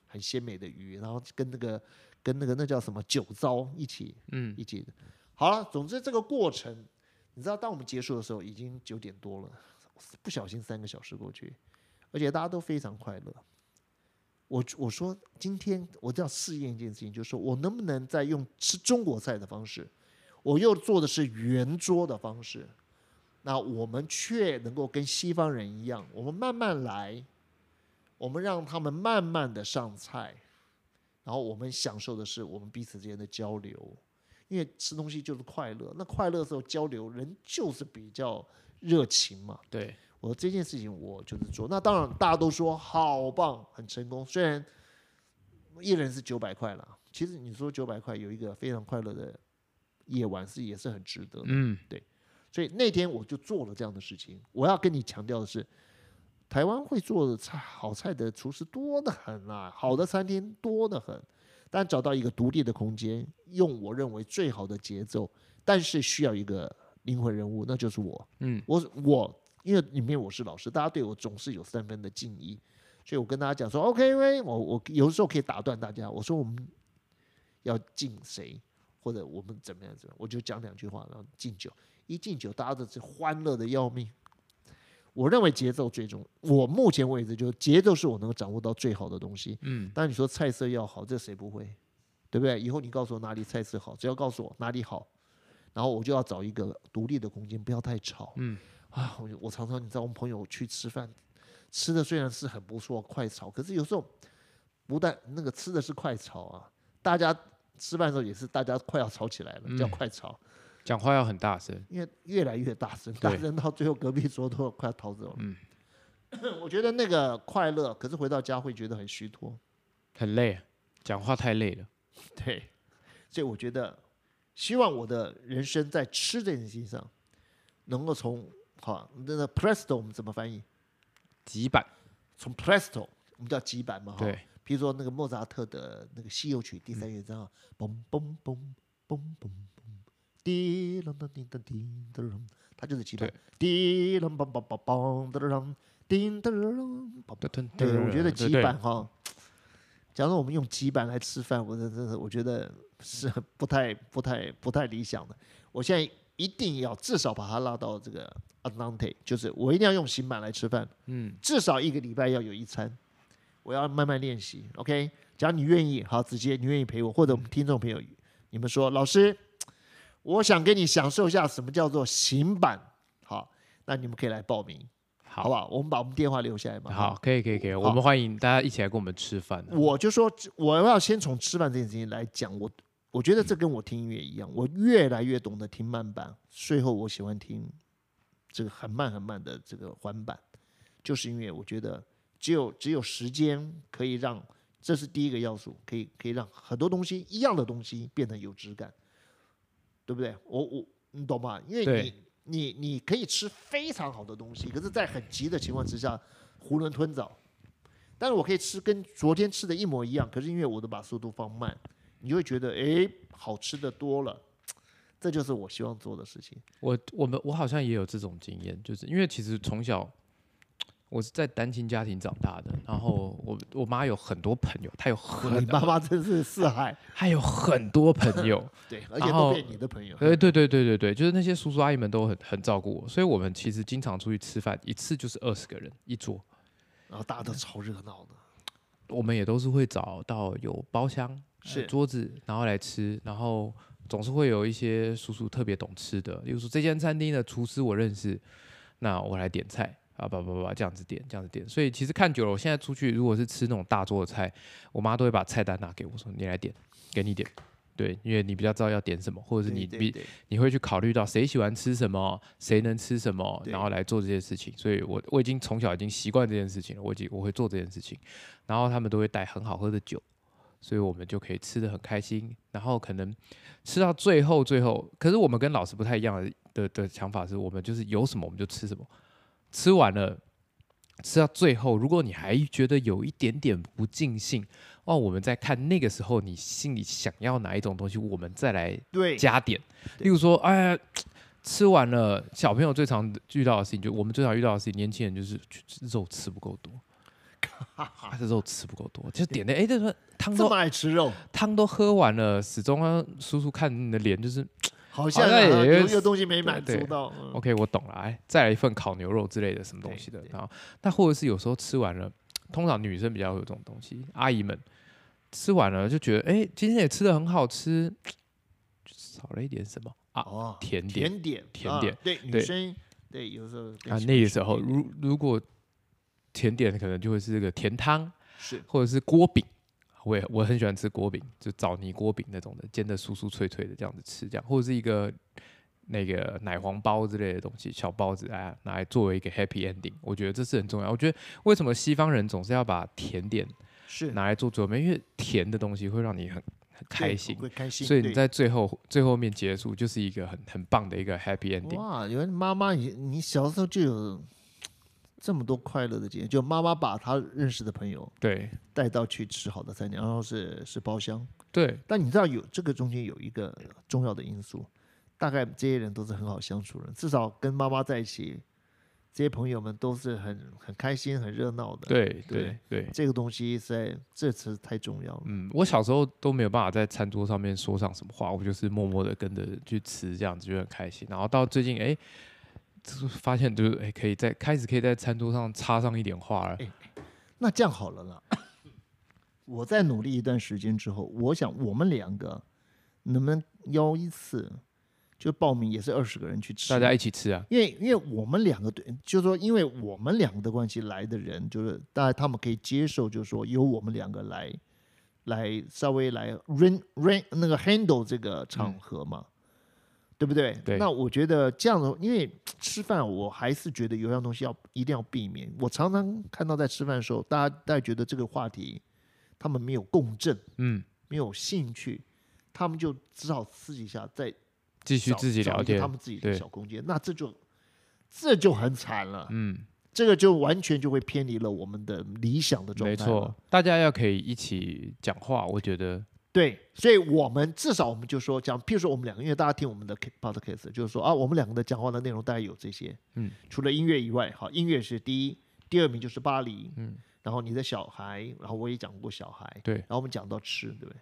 Speaker 2: 很鲜美的鱼，然后跟那个跟那个那叫什么酒糟一起
Speaker 1: 嗯，
Speaker 2: 一起。好了，总之这个过程，你知道，当我们结束的时候已经九点多了，不小心三个小时过去，而且大家都非常快乐。我我说今天我就要试验一件事情，就是说我能不能再用吃中国菜的方式，我又做的是圆桌的方式，那我们却能够跟西方人一样，我们慢慢来，我们让他们慢慢的上菜，然后我们享受的是我们彼此之间的交流，因为吃东西就是快乐，那快乐的时候交流，人就是比较热情嘛。
Speaker 1: 对，
Speaker 2: 我这件事情我就是做，那当然大家都说好棒，很成功。虽然一人是九百块啦，其实你说九百块有一个非常快乐的夜晚是也是很值得的。
Speaker 1: 嗯，
Speaker 2: 所以那天我就做了这样的事情。我要跟你强调的是，台湾会做的菜好菜的厨师多得很啊，好的餐厅多得很。但找到一个独立的空间，用我认为最好的节奏，但是需要一个灵魂人物，那就是我。
Speaker 1: 嗯，
Speaker 2: 我我因为里面我是老师，大家对我总是有三分的敬意，所以我跟大家讲说，OK，喂，我我有时候可以打断大家，我说我们要敬谁，或者我们怎么样怎么样，我就讲两句话，然后敬酒。一敬酒，大家都是欢乐的要命。我认为节奏最重，我目前为止就是节奏是我能够掌握到最好的东西。
Speaker 1: 嗯，
Speaker 2: 但你说菜色要好，这谁不会？对不对？以后你告诉我哪里菜色好，只要告诉我哪里好，然后我就要找一个独立的空间，不要太吵。
Speaker 1: 嗯，
Speaker 2: 啊，我我常常你知道，我们朋友去吃饭，吃的虽然是很不错，快炒，可是有时候不但那个吃的是快炒啊，大家吃饭的时候也是大家快要吵起来了，叫
Speaker 1: 嗯
Speaker 2: 快炒。
Speaker 1: 讲话要很大声，
Speaker 2: 因为越来越大声，大声到最后隔壁桌都快要逃走了。
Speaker 1: 嗯
Speaker 2: <coughs> 我觉得那个快乐，可是回到家会觉得很虚脱。
Speaker 1: 很累，讲话太累了。
Speaker 2: 对，所以我觉得，希望我的人生在吃这件事情上，能够从好那个 presto 我们怎么翻译？
Speaker 1: 几版，
Speaker 2: 从 presto 我们叫几版嘛哈。
Speaker 1: 对，
Speaker 2: 比如说那个莫扎特的那个《西游曲》第三乐章啊，嘣嘣嘣嘣嘣嘣，滴啷当叮当叮当啷，它就是吉他
Speaker 1: 对，
Speaker 2: 滴啷梆梆梆梆当啷，叮当啷梆梆。
Speaker 1: 对
Speaker 2: 对，我觉得
Speaker 1: 对
Speaker 2: 极板哈，假如我们用极板来吃饭，我真真的我觉得是不太不太不太理想的。我现在一定要至少把它拉到这个 Atlante，就是我一定要用行板来吃饭，
Speaker 1: 嗯，
Speaker 2: 至少一个礼拜要有一餐，我要慢慢练习。OK，假如你愿意，好，子杰，你愿意陪我，或者我们听众朋友，你们说，老师，我想跟你享受一下什么叫做行板，好，那你们可以来报名，好
Speaker 1: 好
Speaker 2: 不好？我们把我们电话留下来嘛。
Speaker 1: 好，可以可以可以，
Speaker 2: 好
Speaker 1: 我们欢迎大家一起来跟我们吃饭。
Speaker 2: 我就说我要先从吃饭这件事情来讲，我我觉得这跟我听音乐一样，我越来越懂得听慢板，最后我喜欢听这个很慢很慢的这个缓板，就是因为我觉得只有只有时间可以让，这是第一个要素，可以可以让很多东西一样的东西变得有质感，对不对？我我你懂吗？因为你
Speaker 1: 对
Speaker 2: 你你可以吃非常好的东西，可是，在很急的情况之下，囫囵吞枣。但是我可以吃跟昨天吃的一模一样，可是因为我都把速度放慢，你就会觉得诶，好吃的多了。这就是我希望做的事
Speaker 1: <laughs>
Speaker 2: 情。
Speaker 1: 我我们我好像也有这种经验，就是因为其实从小我是在单亲家庭长大的，然后我我妈有很多朋友，她有
Speaker 2: 你
Speaker 1: 很
Speaker 2: 妈妈真是四海，
Speaker 1: 她有很多朋友，
Speaker 2: 对，而且
Speaker 1: 然
Speaker 2: 都
Speaker 1: 后
Speaker 2: 变你的朋友。
Speaker 1: 哎，对对对对对，就是那些叔叔阿姨们都很很照顾我，所以我们其实经常出去吃饭，一次就是二十个人一桌，
Speaker 2: 然后大家都超热闹的，
Speaker 1: 我们也都是会找到有包厢、呃
Speaker 2: 是
Speaker 1: 桌子，然后来吃，然后总是会有一些叔叔特别懂吃的，例如说这间餐厅的厨师我认识，那我来点菜啊，不不不，这样子点，这样子点。所以其实看久了，我现在出去如果是吃那种大桌的菜，我妈都会把菜单拿给我说你来点，给你点。对，因为你比较知道要点什么，或者是你
Speaker 2: 对
Speaker 1: 比
Speaker 2: 对对
Speaker 1: 你会去考虑到谁喜欢吃什么，谁能吃什么，
Speaker 2: 对
Speaker 1: 然后来做这些事情。所以我我已经从小已经习惯这件事情了，我已经我会做这件事情，然后他们都会带很好喝的酒，所以我们就可以吃的很开心。然后可能吃到最后最后，可是我们跟老师不太一样的的的想法是，我们就是有什么我们就吃什么，吃完了。吃到最后，如果你还觉得有一点点不尽兴，哦，我们再看那个时候你心里想要哪一种东西，我们再来
Speaker 2: 对，
Speaker 1: 加点，
Speaker 2: 对
Speaker 1: 例如说，哎呀，吃完了，小朋友最常遇到的事情，就我们最常遇到的事情，年轻人就是就是肉吃不够
Speaker 2: <laughs>
Speaker 1: 多，他的肉吃不够多，就点的，哎，这个汤
Speaker 2: 这
Speaker 1: 都
Speaker 2: 么爱吃肉，
Speaker 1: 汤都喝完了，始终啊，叔叔看你的脸就是
Speaker 2: 好像
Speaker 1: 好像
Speaker 2: 啊
Speaker 1: 也
Speaker 2: 有有东西没满足
Speaker 1: 对
Speaker 2: 到。嗯
Speaker 1: OK，我懂了，哎，再来一份烤牛肉之类的什么东西的
Speaker 2: 对，对
Speaker 1: 然后那或者是有时候吃完了，通常女生比较有这种东西，阿姨们吃完了就觉得，哎，今天也吃的很好吃，就是少了一点什么啊，
Speaker 2: 哦，
Speaker 1: 甜点。
Speaker 2: 甜点，
Speaker 1: 甜
Speaker 2: 啊
Speaker 1: 点，
Speaker 2: 对，女
Speaker 1: 对
Speaker 2: 生，对，有时候更
Speaker 1: 啊，
Speaker 2: 喜欢
Speaker 1: 那个
Speaker 2: 吃
Speaker 1: 时候
Speaker 2: 甜点
Speaker 1: 如如果甜点可能就会是个甜汤
Speaker 2: 是
Speaker 1: 或者是锅饼，我也我很喜欢吃锅饼，就枣泥锅饼那种的，煎的酥酥脆脆的这样子吃，这样或者是一个那个奶黄包之类的东西，小包子啊，拿来作为一个 happy ending，我觉得这是很重要。我觉得为什么西方人总是要把甜点
Speaker 2: 是
Speaker 1: 拿来做准备，因为甜的东西会让你很很开
Speaker 2: 对
Speaker 1: 心。
Speaker 2: 会开心，
Speaker 1: 所以你
Speaker 2: 对
Speaker 1: 在最后最后面结束，就是一个很很棒的一个 happy ending。
Speaker 2: 哇，原来妈妈也，你小时候就有这么多快乐的经验，就妈妈把她认识的朋友
Speaker 1: 对
Speaker 2: 带到去吃好的餐厅，然后是是包厢。
Speaker 1: 对，
Speaker 2: 但你知道有这个中间有一个重要的因素，大概这些人都是很好相处的人，至少跟妈妈在一起，这些朋友们都是很很开心、很热闹的。，
Speaker 1: 对
Speaker 2: 对
Speaker 1: 对对，
Speaker 2: 这个东西实在这次太重要了。
Speaker 1: 嗯，我小时候都没有办法在餐桌上面说上什么话，我就是默默的跟着去吃，这样子就很开心。然后到最近，哎、就是发现就是哎、可以在开始可以在餐桌上插上一点话了
Speaker 2: 哎。那这样好了
Speaker 1: <laughs>
Speaker 2: 啦，我再努力一段时间之后，我想我们两个能不能邀一次，就报名也是二十个人去吃，
Speaker 1: 大家一起吃啊，
Speaker 2: 因为因为我们两个对，就是说，因为我们两个的关系来的人，就是大家他们可以接受，就是说由我们两个来来稍微来 run run 那个 handle 这个场合嘛，对不对？
Speaker 1: 对
Speaker 2: 那我觉得这样的，因为吃饭我还是觉得有样东西要一定要避免。我常常看到在吃饭的时候，大家大家觉得这个话题他们没有共振，
Speaker 1: 嗯，
Speaker 2: 没有兴趣，他们就只好私底下在
Speaker 1: 继续
Speaker 2: 找
Speaker 1: 自己
Speaker 2: 找
Speaker 1: 聊
Speaker 2: 一个
Speaker 1: 天
Speaker 2: 他，们自己的
Speaker 1: 对
Speaker 2: 小空间，那这就这就很惨了，
Speaker 1: 嗯，
Speaker 2: 这个就完全就会偏离了我们的理想的状态。
Speaker 1: 没错，，大家要可以一起讲话，我觉得
Speaker 2: 对，所以我们至少我们就说讲，譬如说我们两个，因为大家听我们的 k- podcast，就是说啊，我们两个的讲话的内容大概有这些，
Speaker 1: 嗯，
Speaker 2: 除了音乐以外，哈，音乐是第一，第二名就是巴黎，嗯，然后你的小孩，然后我也讲过小孩，
Speaker 1: 对
Speaker 2: 然后我们讲到吃，对不对？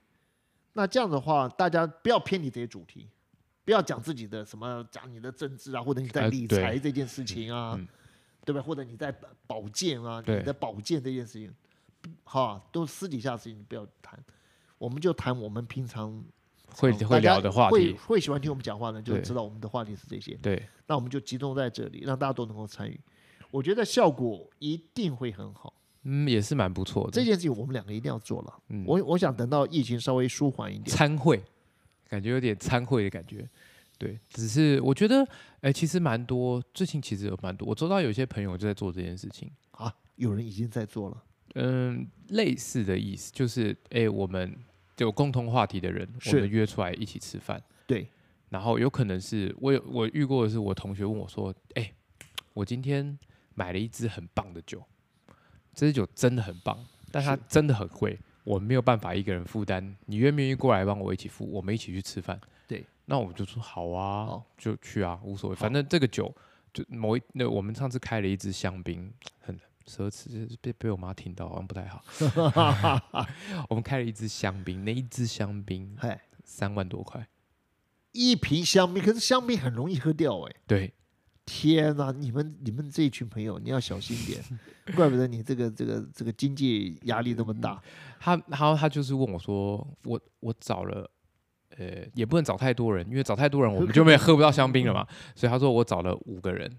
Speaker 2: 那这样的话，大家不要偏离这些主题，不要讲自己的什么，讲你的政治啊，或者你在
Speaker 1: 呃
Speaker 2: 理
Speaker 1: 对
Speaker 2: 财这件事情啊，
Speaker 1: 嗯
Speaker 2: 对吧？或者你在保健啊，
Speaker 1: 对
Speaker 2: 你的保健这件事情，哈，都私底下的事情不要谈，我们就谈我们平常
Speaker 1: 会
Speaker 2: 嗯
Speaker 1: 会
Speaker 2: 大家
Speaker 1: 聊的话
Speaker 2: 会
Speaker 1: 题，
Speaker 2: 会喜欢听我们讲话的，就
Speaker 1: 对
Speaker 2: 知道我们的话题是这些。
Speaker 1: 对，
Speaker 2: 那我们就集中在这里，让大家都能够参与。我觉得效果一定会很好，
Speaker 1: 嗯，也是蛮不错
Speaker 2: 这
Speaker 1: 的。
Speaker 2: 件事情我们两个一定要做了。
Speaker 1: 嗯
Speaker 2: 我我想等到疫情稍微舒缓一点，
Speaker 1: 参会，感觉有点参会的感觉。对，只是我觉得，哎、其实蛮多，最近其实有蛮多，我周遭有些朋友就在做这件事情。
Speaker 2: 啊，有人已经在做了，
Speaker 1: 嗯，类似的意思就是，哎、我们有共同话题的人，我
Speaker 2: 是
Speaker 1: 们约出来一起吃饭。
Speaker 2: 对，
Speaker 1: 然后有可能是我有我遇过的是，我同学问我说：“哎、我今天买了一支很棒的酒，这支酒真的很棒，但它
Speaker 2: 是
Speaker 1: 真的很贵，我没有办法一个人负担，你愿不愿意过来帮我一起付？我们一起去吃饭？”
Speaker 2: 对，
Speaker 1: 那我就说好啊，
Speaker 2: 好
Speaker 1: 就去啊，无所谓，
Speaker 2: 好
Speaker 1: 反正这个酒就某一那我们上次开了一支香槟，很奢侈，被被我妈听到好像不太好。我们开了一支香槟，那一支香槟
Speaker 2: 嗨，
Speaker 1: 三万多块，
Speaker 2: 一瓶香槟，可是香槟很容易喝掉哎、
Speaker 1: 对。
Speaker 2: 天呐，你们你们这一群朋友，你要小心
Speaker 1: <laughs>
Speaker 2: 点，怪不得你这个这个这个经济压力那么大。
Speaker 1: 他然后他就是问我说，我我找了，呃，也不能找太多人，因为找太多人我们就没有喝不到香槟了嘛。所以他说我找了五个人，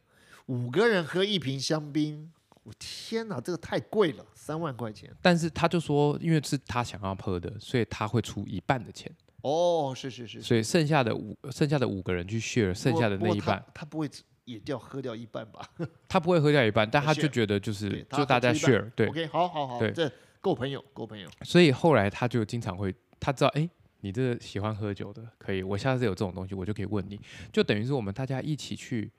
Speaker 1: 嗯
Speaker 2: 五个人喝一瓶香槟，我天哪，这个太贵了，三万块钱。
Speaker 1: 但是他就说，因为是他想要喝的，所以他会出一半的钱，
Speaker 2: 哦，是是是，
Speaker 1: 所以剩下的五剩下的五个人去 share 剩下的
Speaker 2: 不
Speaker 1: 那
Speaker 2: 过
Speaker 1: 一
Speaker 2: 不过
Speaker 1: 半，
Speaker 2: 他他不会只也掉喝掉一半吧？
Speaker 1: 他不会喝掉一半，但
Speaker 2: 我
Speaker 1: 他就
Speaker 2: share，
Speaker 1: 觉得就是
Speaker 2: 对
Speaker 1: 就
Speaker 2: 他
Speaker 1: 大
Speaker 2: 喝
Speaker 1: 家
Speaker 2: 出一半
Speaker 1: share 对，
Speaker 2: OK，好好好，
Speaker 1: 对
Speaker 2: 这够朋友，够朋友。
Speaker 1: 所以后来他就经常会，他知道哎。诶你这喜欢喝酒的，可以，我下次有这种东西，我就可以问你，就等于是我们大家一起去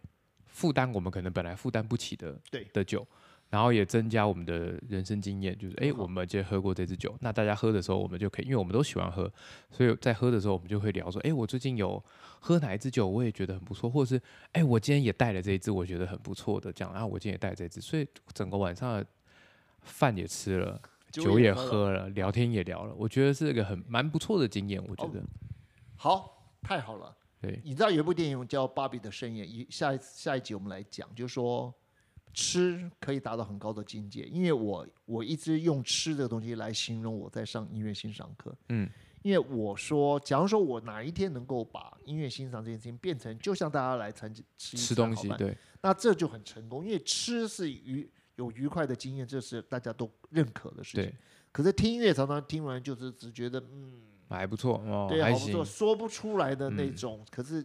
Speaker 1: 负担我们可能本来负担不起的
Speaker 2: 对
Speaker 1: 的酒，然后也增加我们的人生经验，就是哎、诶
Speaker 2: 好
Speaker 1: 我们今天喝过这支酒，那大家喝的时候，我们就可以，因为我们都喜欢喝，所以在喝的时候，我们就会聊说，哎、我最近有喝哪一支酒，我也觉得很不错，或者是哎、我今天也带了这一支，我觉得很不错的，这样，啊，我今天也带了这一支，所以整个晚上的饭也吃了。酒也
Speaker 2: 了
Speaker 1: 喝了，聊天也聊了，我觉得是一个很蛮不错的经验，我觉
Speaker 2: 哦
Speaker 1: 得。
Speaker 2: 好，太好了。
Speaker 1: 对，
Speaker 2: 你知道有一部电影叫《芭比的盛宴》，一下一下一集我们来讲，就是说吃可以达到很高的境界，因为我我一直用吃这个东西来形容我在上音乐欣赏课，
Speaker 1: 嗯，
Speaker 2: 因为我说，假如说我哪一天能够把音乐欣赏这件事情变成就像大家来餐吃一
Speaker 1: 吃
Speaker 2: 餐
Speaker 1: 东
Speaker 2: 好
Speaker 1: 西
Speaker 2: 饭，
Speaker 1: 对，
Speaker 2: 那这就很成功，因为吃是愉有愉快的经验，这是大家都认可的事情
Speaker 1: 对。
Speaker 2: 可是听音乐常常听完就是只觉得嗯。
Speaker 1: 还不错哦，
Speaker 2: 对，
Speaker 1: 还
Speaker 2: 好不
Speaker 1: 行
Speaker 2: 错，。说不出来的那
Speaker 1: 嗯
Speaker 2: 种，可是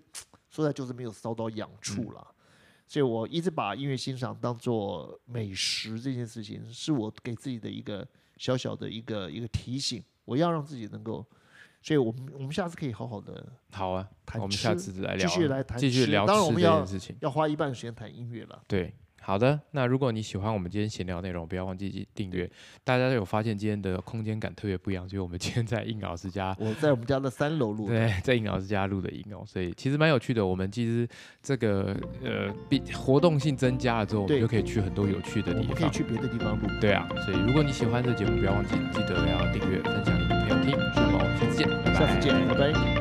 Speaker 2: 说来就是没有烧到痒处啦。所以我一直把音乐欣赏当做美食这件事情，是我给自己的一个小小的一个一个提醒，我要让自己能够。所以我们我们下次可以好好的
Speaker 1: 好啊，
Speaker 2: 谈
Speaker 1: 我们下
Speaker 2: 吃
Speaker 1: 次来
Speaker 2: 继
Speaker 1: 聊啊，
Speaker 2: 续来谈
Speaker 1: 继续
Speaker 2: 吃
Speaker 1: 聊
Speaker 2: 当然
Speaker 1: 吃
Speaker 2: 我
Speaker 1: 这
Speaker 2: 们
Speaker 1: 件
Speaker 2: 要
Speaker 1: 事情。
Speaker 2: 要花一半的时间谈音乐了。
Speaker 1: 对，好的。那如果你喜欢我们今天闲聊内容，不要忘记订阅。大家有发现今天的空间感特别不一样，所以我们今天在应老师家
Speaker 2: 我在我们家的三楼录的，
Speaker 1: 对，在尹老师家录的音哦，所以其实蛮有趣的。我们其实这个呃，比活动性增加了之后，我们
Speaker 2: 对
Speaker 1: 就可以去很多有趣的
Speaker 2: 我
Speaker 1: 地
Speaker 2: 们可以
Speaker 1: 方。
Speaker 2: 去别的地方录。
Speaker 1: 对啊，所以如果你喜欢这节目，不要忘记记得要订阅、分享给你的朋友听。那么我们下次见，拜拜
Speaker 2: 下次见，拜拜。